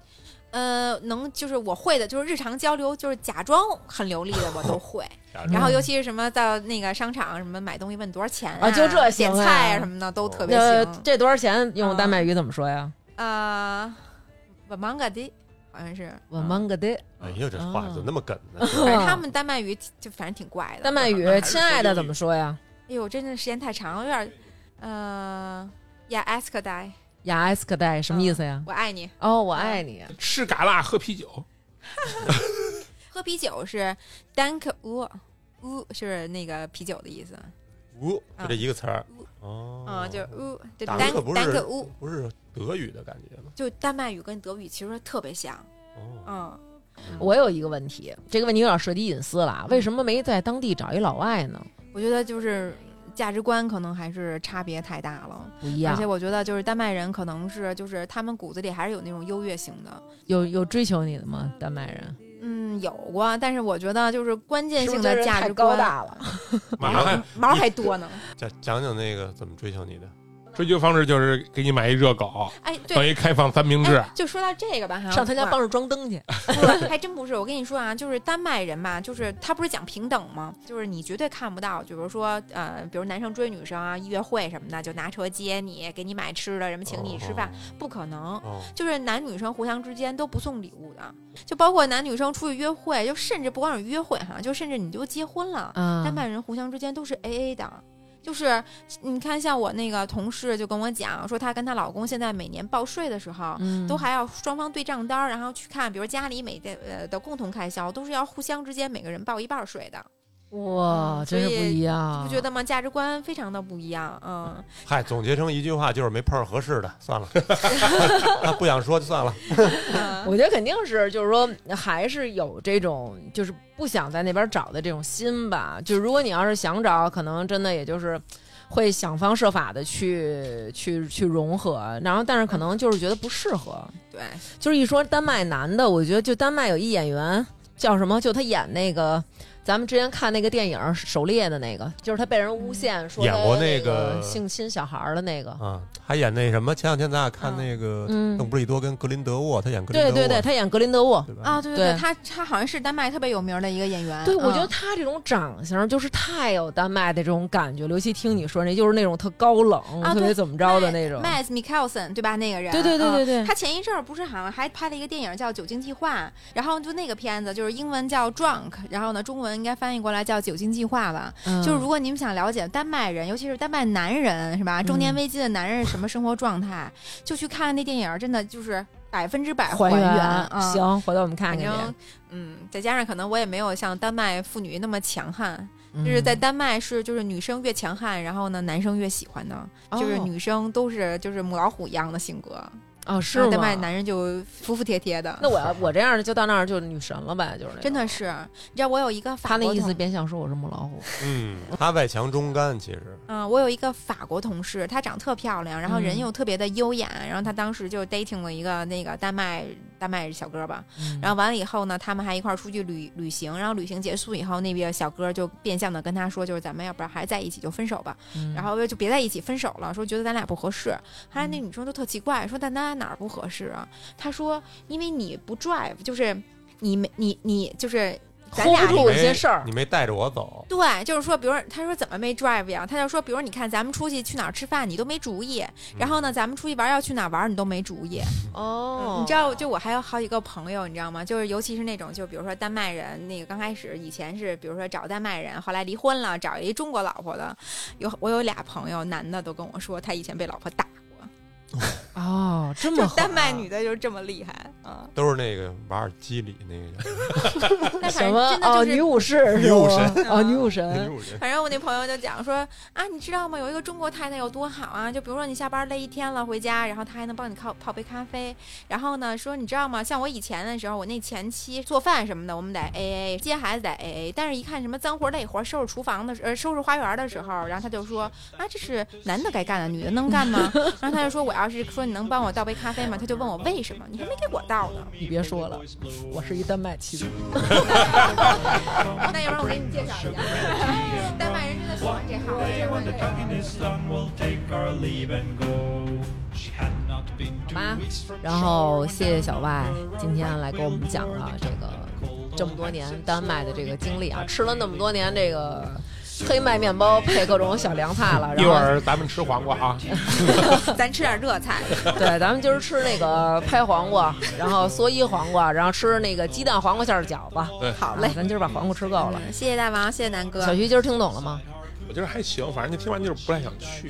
C: 呃，能就是我会的，就是日常交流，就是假装很流利的我 都会。
B: 嗯
E: 假
C: 然后尤其是什么到那个商场什么买东西问多少钱
B: 啊就这行
C: 点
B: 啊
C: 菜啊什么的都特别
B: 那
C: 行。
B: 呃这多少钱？用丹麦语怎么说呀？
C: 呃，我忙个的，好像是。
B: 我蒙个的，
D: 啊
E: 哎呦，这话怎么那么梗呢？
C: 反正他们丹麦语就反正挺怪的。
B: 嗯丹麦语
D: 还，是
B: 亲爱的怎么说呀？
C: 哎呦，真的时间太长了，有点呃，Yeah, ask die，
B: 雅埃斯克代什么意思呀？
C: 我爱你。
B: 哦，我爱你。
D: 吃嘎啦喝啤酒，
C: 喝啤酒是 dank u u 是那个啤酒的意思，
E: 呜，就这一个词儿
C: 嗯。
E: 哦，
C: 嗯，就是 u 就
E: 打
C: dank
E: 个不是
C: dank u，
E: 不是德语的感觉吗？
C: 就丹麦语跟德语其实特别像。
E: 哦，
C: 嗯，
B: 我有一个问题，这个问题有点涉及隐私了啊，为什么没在当地找一老外呢？
C: 我觉得就是价值观可能还是差别太大了，
B: 不一
C: 而
B: 样
C: 且，我觉得就是丹麦人可能是就是他们骨子里还是有那种优越性的。
B: 有有追求你的吗？丹麦人
C: 嗯，有过，但是我觉得就是关键
B: 是不
C: 性
B: 是
C: 的
B: 这人
C: 价
B: 太
C: 值
B: 高
C: 观
B: 大了，
D: 马上还
C: 毛还多呢。
E: 讲讲讲那个怎么追求你的？
D: 追求方式就是给你买一热狗，
C: 哎，对
D: 等。于开放三明治
C: 哎。就说到这个吧，哈，
B: 上他家
C: 我
B: 帮着装灯去。
C: 不还真不是。我跟你说啊，就是丹麦人吧，就是他不是讲平等吗？就是你绝对看不到，比如说呃，比如男生追女生啊，约会什么的，就拿车接你，给你买吃的，什么请你吃饭，不可能。
E: 哦，
C: 就是男女生互相之间都不送礼物的，就包括男女生出去约会，就甚至不光是约会哈，就甚至你就结婚了，
B: 嗯
C: 丹麦人互相之间都是 A A 的。就是你看，像我那个同事就跟我讲说，她跟她老公现在每年报税的时候，
B: 嗯
C: 都还要双方对账单儿，然后去看，比如家里每的呃的共同开销都是要互相之间每个人报一半儿税的。
B: 哇，
C: 嗯
B: 真是
C: 所
B: 不
C: 以
B: 一样，
C: 不觉得吗？价值观非常的不一样， 嗯，
E: 嗨，总结成一句话就是没碰上合适的，算了， 啊不想说就算了。
C: 嗯
B: 我觉得肯定是，就是说还是有这种就是不想在那边找的这种心吧。就如果你要是想找，可能真的也就是会想方设法的去去去融合，然后但是可能就是觉得不适合。
C: 对，
B: 就是一说丹麦男的，我觉得就丹麦有一演员叫什么，就他演那个。咱们之前看那个电影《狩猎》的那个，就是他被人诬陷说
E: 演
B: 他
E: 过
B: 那
E: 那个
B: 性侵小孩儿的那个，
E: 啊，还演那什么？前两天咱俩看那个
B: 嗯
E: 邓布利多跟格林德沃，他演格林德
B: 对对
E: 沃，
B: 对，他演格林德沃，
E: 对吧？
C: 啊，对
B: 对
C: 对，他他好像是丹麦特别有名的一个演员，
B: 对，我觉
C: 嗯
B: 得他这种长相就是太有丹麦的这种感觉，尤其听你说那，就是那种特高冷，
C: 啊
B: 特别
C: 对
B: 怎么着的那种。
C: Mads Mikkelsen 对吧？那个人，
B: 对对对对
C: 嗯
B: 对
C: 他前一阵儿不是好像还拍了一个电影叫《酒精计划》，然后就那个片子就是英文叫《Drunk》，然后呢中文应该翻译过来叫《酒精计划》吧。
B: 嗯
C: 就是如果你们想了解丹麦人，尤其是丹麦男人是吧？中
B: 嗯
C: 年危机的男人是什么生活状态，就去看那电影，真的就是百分之百
B: 还
C: 原
B: 原，
C: 啊。
B: 行，回头我们看
C: 反
B: 看
C: 正，嗯，再加上可能我也没有像丹麦妇女那么强悍，
B: 去。
C: 就是在
B: 嗯
C: 丹麦是就是女生越强悍，然后呢男生越喜欢的，就是
B: 哦
C: 女生都是就是母老虎一样的性格，
B: 哦，
C: 然
B: 是
C: 后
B: 吗
C: 啊丹麦男人就服服帖帖的，
B: 那我 要我这样的就到那儿就女神了呗，就是那种
C: 真的。是，你知道我有一个法
B: 他那
C: 国
B: 意思
C: 同
B: 别想说我是母老 虎，
E: 嗯，他外强中干，其实
C: 嗯，我有一个法国同事，她长特漂亮，然后人
B: 嗯
C: 又特别的优雅，然后她当时就 dating 了一个那个丹麦丹麦小哥吧，
B: 嗯
C: 然后完了以后呢，他们还一块儿出去旅旅行，然后旅行结束以后，那个小哥就变相的跟她说，就是咱们要不然还在一起就分手吧，
B: 嗯嗯
C: 然后就别在一起分手了，说觉得咱俩不合适。后来那女生就特奇怪，说但咱俩哪儿不合适啊？她说因为你不 drive，就是你没你你就是咱
B: hold
C: 俩
B: 不住一
E: 没
B: 些事儿
E: 你，没带着我走，
C: 对，就是说，比如她说怎么没 drive 呀？她就说，比如你看咱们出去去哪儿吃饭，你都没主意。
B: 嗯
C: 然后呢，咱们出去玩要去哪儿玩，你都没主意。
B: 哦，
C: 你知道，就我还有好几个朋友，你知道吗？就是尤其是那种，就比如说丹麦人，那个刚开始以前是，比如说找丹麦人，后来离婚了，找一中国老婆的。有我有俩朋友，男的都跟我说，他以前被老婆打过，
B: 哦，这么
C: 就
B: 狠
C: 丹麦女的就是这么厉害啊！
E: 都是那个瓦尔基里那个人
C: 但反
B: 什
C: 正
B: 么
C: 真
B: 哦，
C: 的
B: 女
C: 就是。嗯
B: 武士
E: 女
B: 是
E: 武
B: 吗
E: 神
B: 哦，女武神
E: 那种人，
C: 反正我那朋友就讲说啊，你知道吗？有一个中国太太有多好啊！就比如说你下班累一天了回家，然后她还能帮你泡泡杯咖啡。然后呢，说你知道吗？像我以前的时候，我那前妻做饭什么的，我们得 A A，接孩子得 A A。但是一看什么脏活累活，收拾厨房的时呃收拾花园的时候，然后他就说啊，这是男的该干的，女的能干吗？然后他就说我要是说你能帮我倒杯咖啡吗？他就问我为什么，你还没给我倒呢。
B: 你别说了，我是一丹麦骑兵。
C: 那要不然我给你介绍一下， 丹麦人真的喜欢这行，这
G: day
C: 行
G: when
C: 这
G: the
C: 行。
G: drunkenness done, we'll take our leave and go. She had not been two
B: 吧
G: weeks from
B: 然
G: shore
B: 后
G: when
B: 谢谢小
G: down
B: 外
G: the
B: 今天
G: right
B: 来
G: whale
B: 给我们讲
G: roared
B: 啊
G: and
B: 这
G: cold
B: 个
G: old
B: 这么多
G: Hudson
B: 年丹麦的这个
G: swore
B: 经历啊，
G: we'd
B: 吃了那么多
G: make
B: 年这个黑麦面包配各种小凉菜了，然
D: 一会
B: 后
D: 儿咱们吃黄瓜啊，
C: 咱吃点热菜，
B: 对，咱们今儿吃那个拍黄瓜，然后蓑衣黄瓜，然后吃那个鸡蛋黄瓜馅儿饺子。
D: 对
B: 好嘞，咱今儿把黄瓜吃够了。
C: 嗯谢谢大王，谢谢南哥
B: 小。徐今儿听懂了吗？
D: 我觉得还行，反正就听完就是不太想去。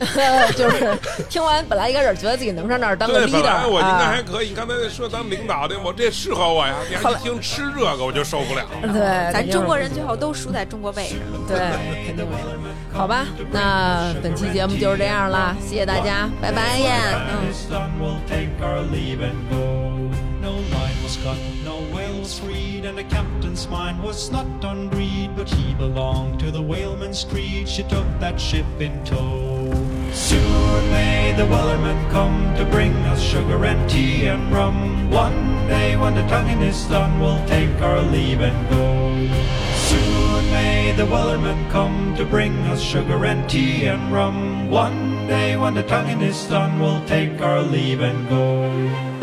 B: 就是听完本来一开始觉得自己能上那儿当个
D: 对，本
B: leader
D: 来我应该
B: 啊
D: 还，可以，你刚才说当领导的，我这适合我呀。啊你还一听吃这个，我就受不了。
B: 对，
C: 咱中国人最后都输在中国胃上。
B: 对，肯定是。好吧，那本期节目就是这样啦，谢谢大家，拜拜。
C: 嗯。
G: This done, we'll take our leave and go. No line was cut, no whale was freed, and the captain's mind was not on greed, but he belonged to the whaleman's creed. She took that ship in tow. Soon may the wellerman come to bring us sugar and tea and rum. One day when the tonguing is done, we'll take our leave and go. Soon may the wellerman come to bring us sugar and tea and rum. One day when the tonguing is done, we'll take our leave and go.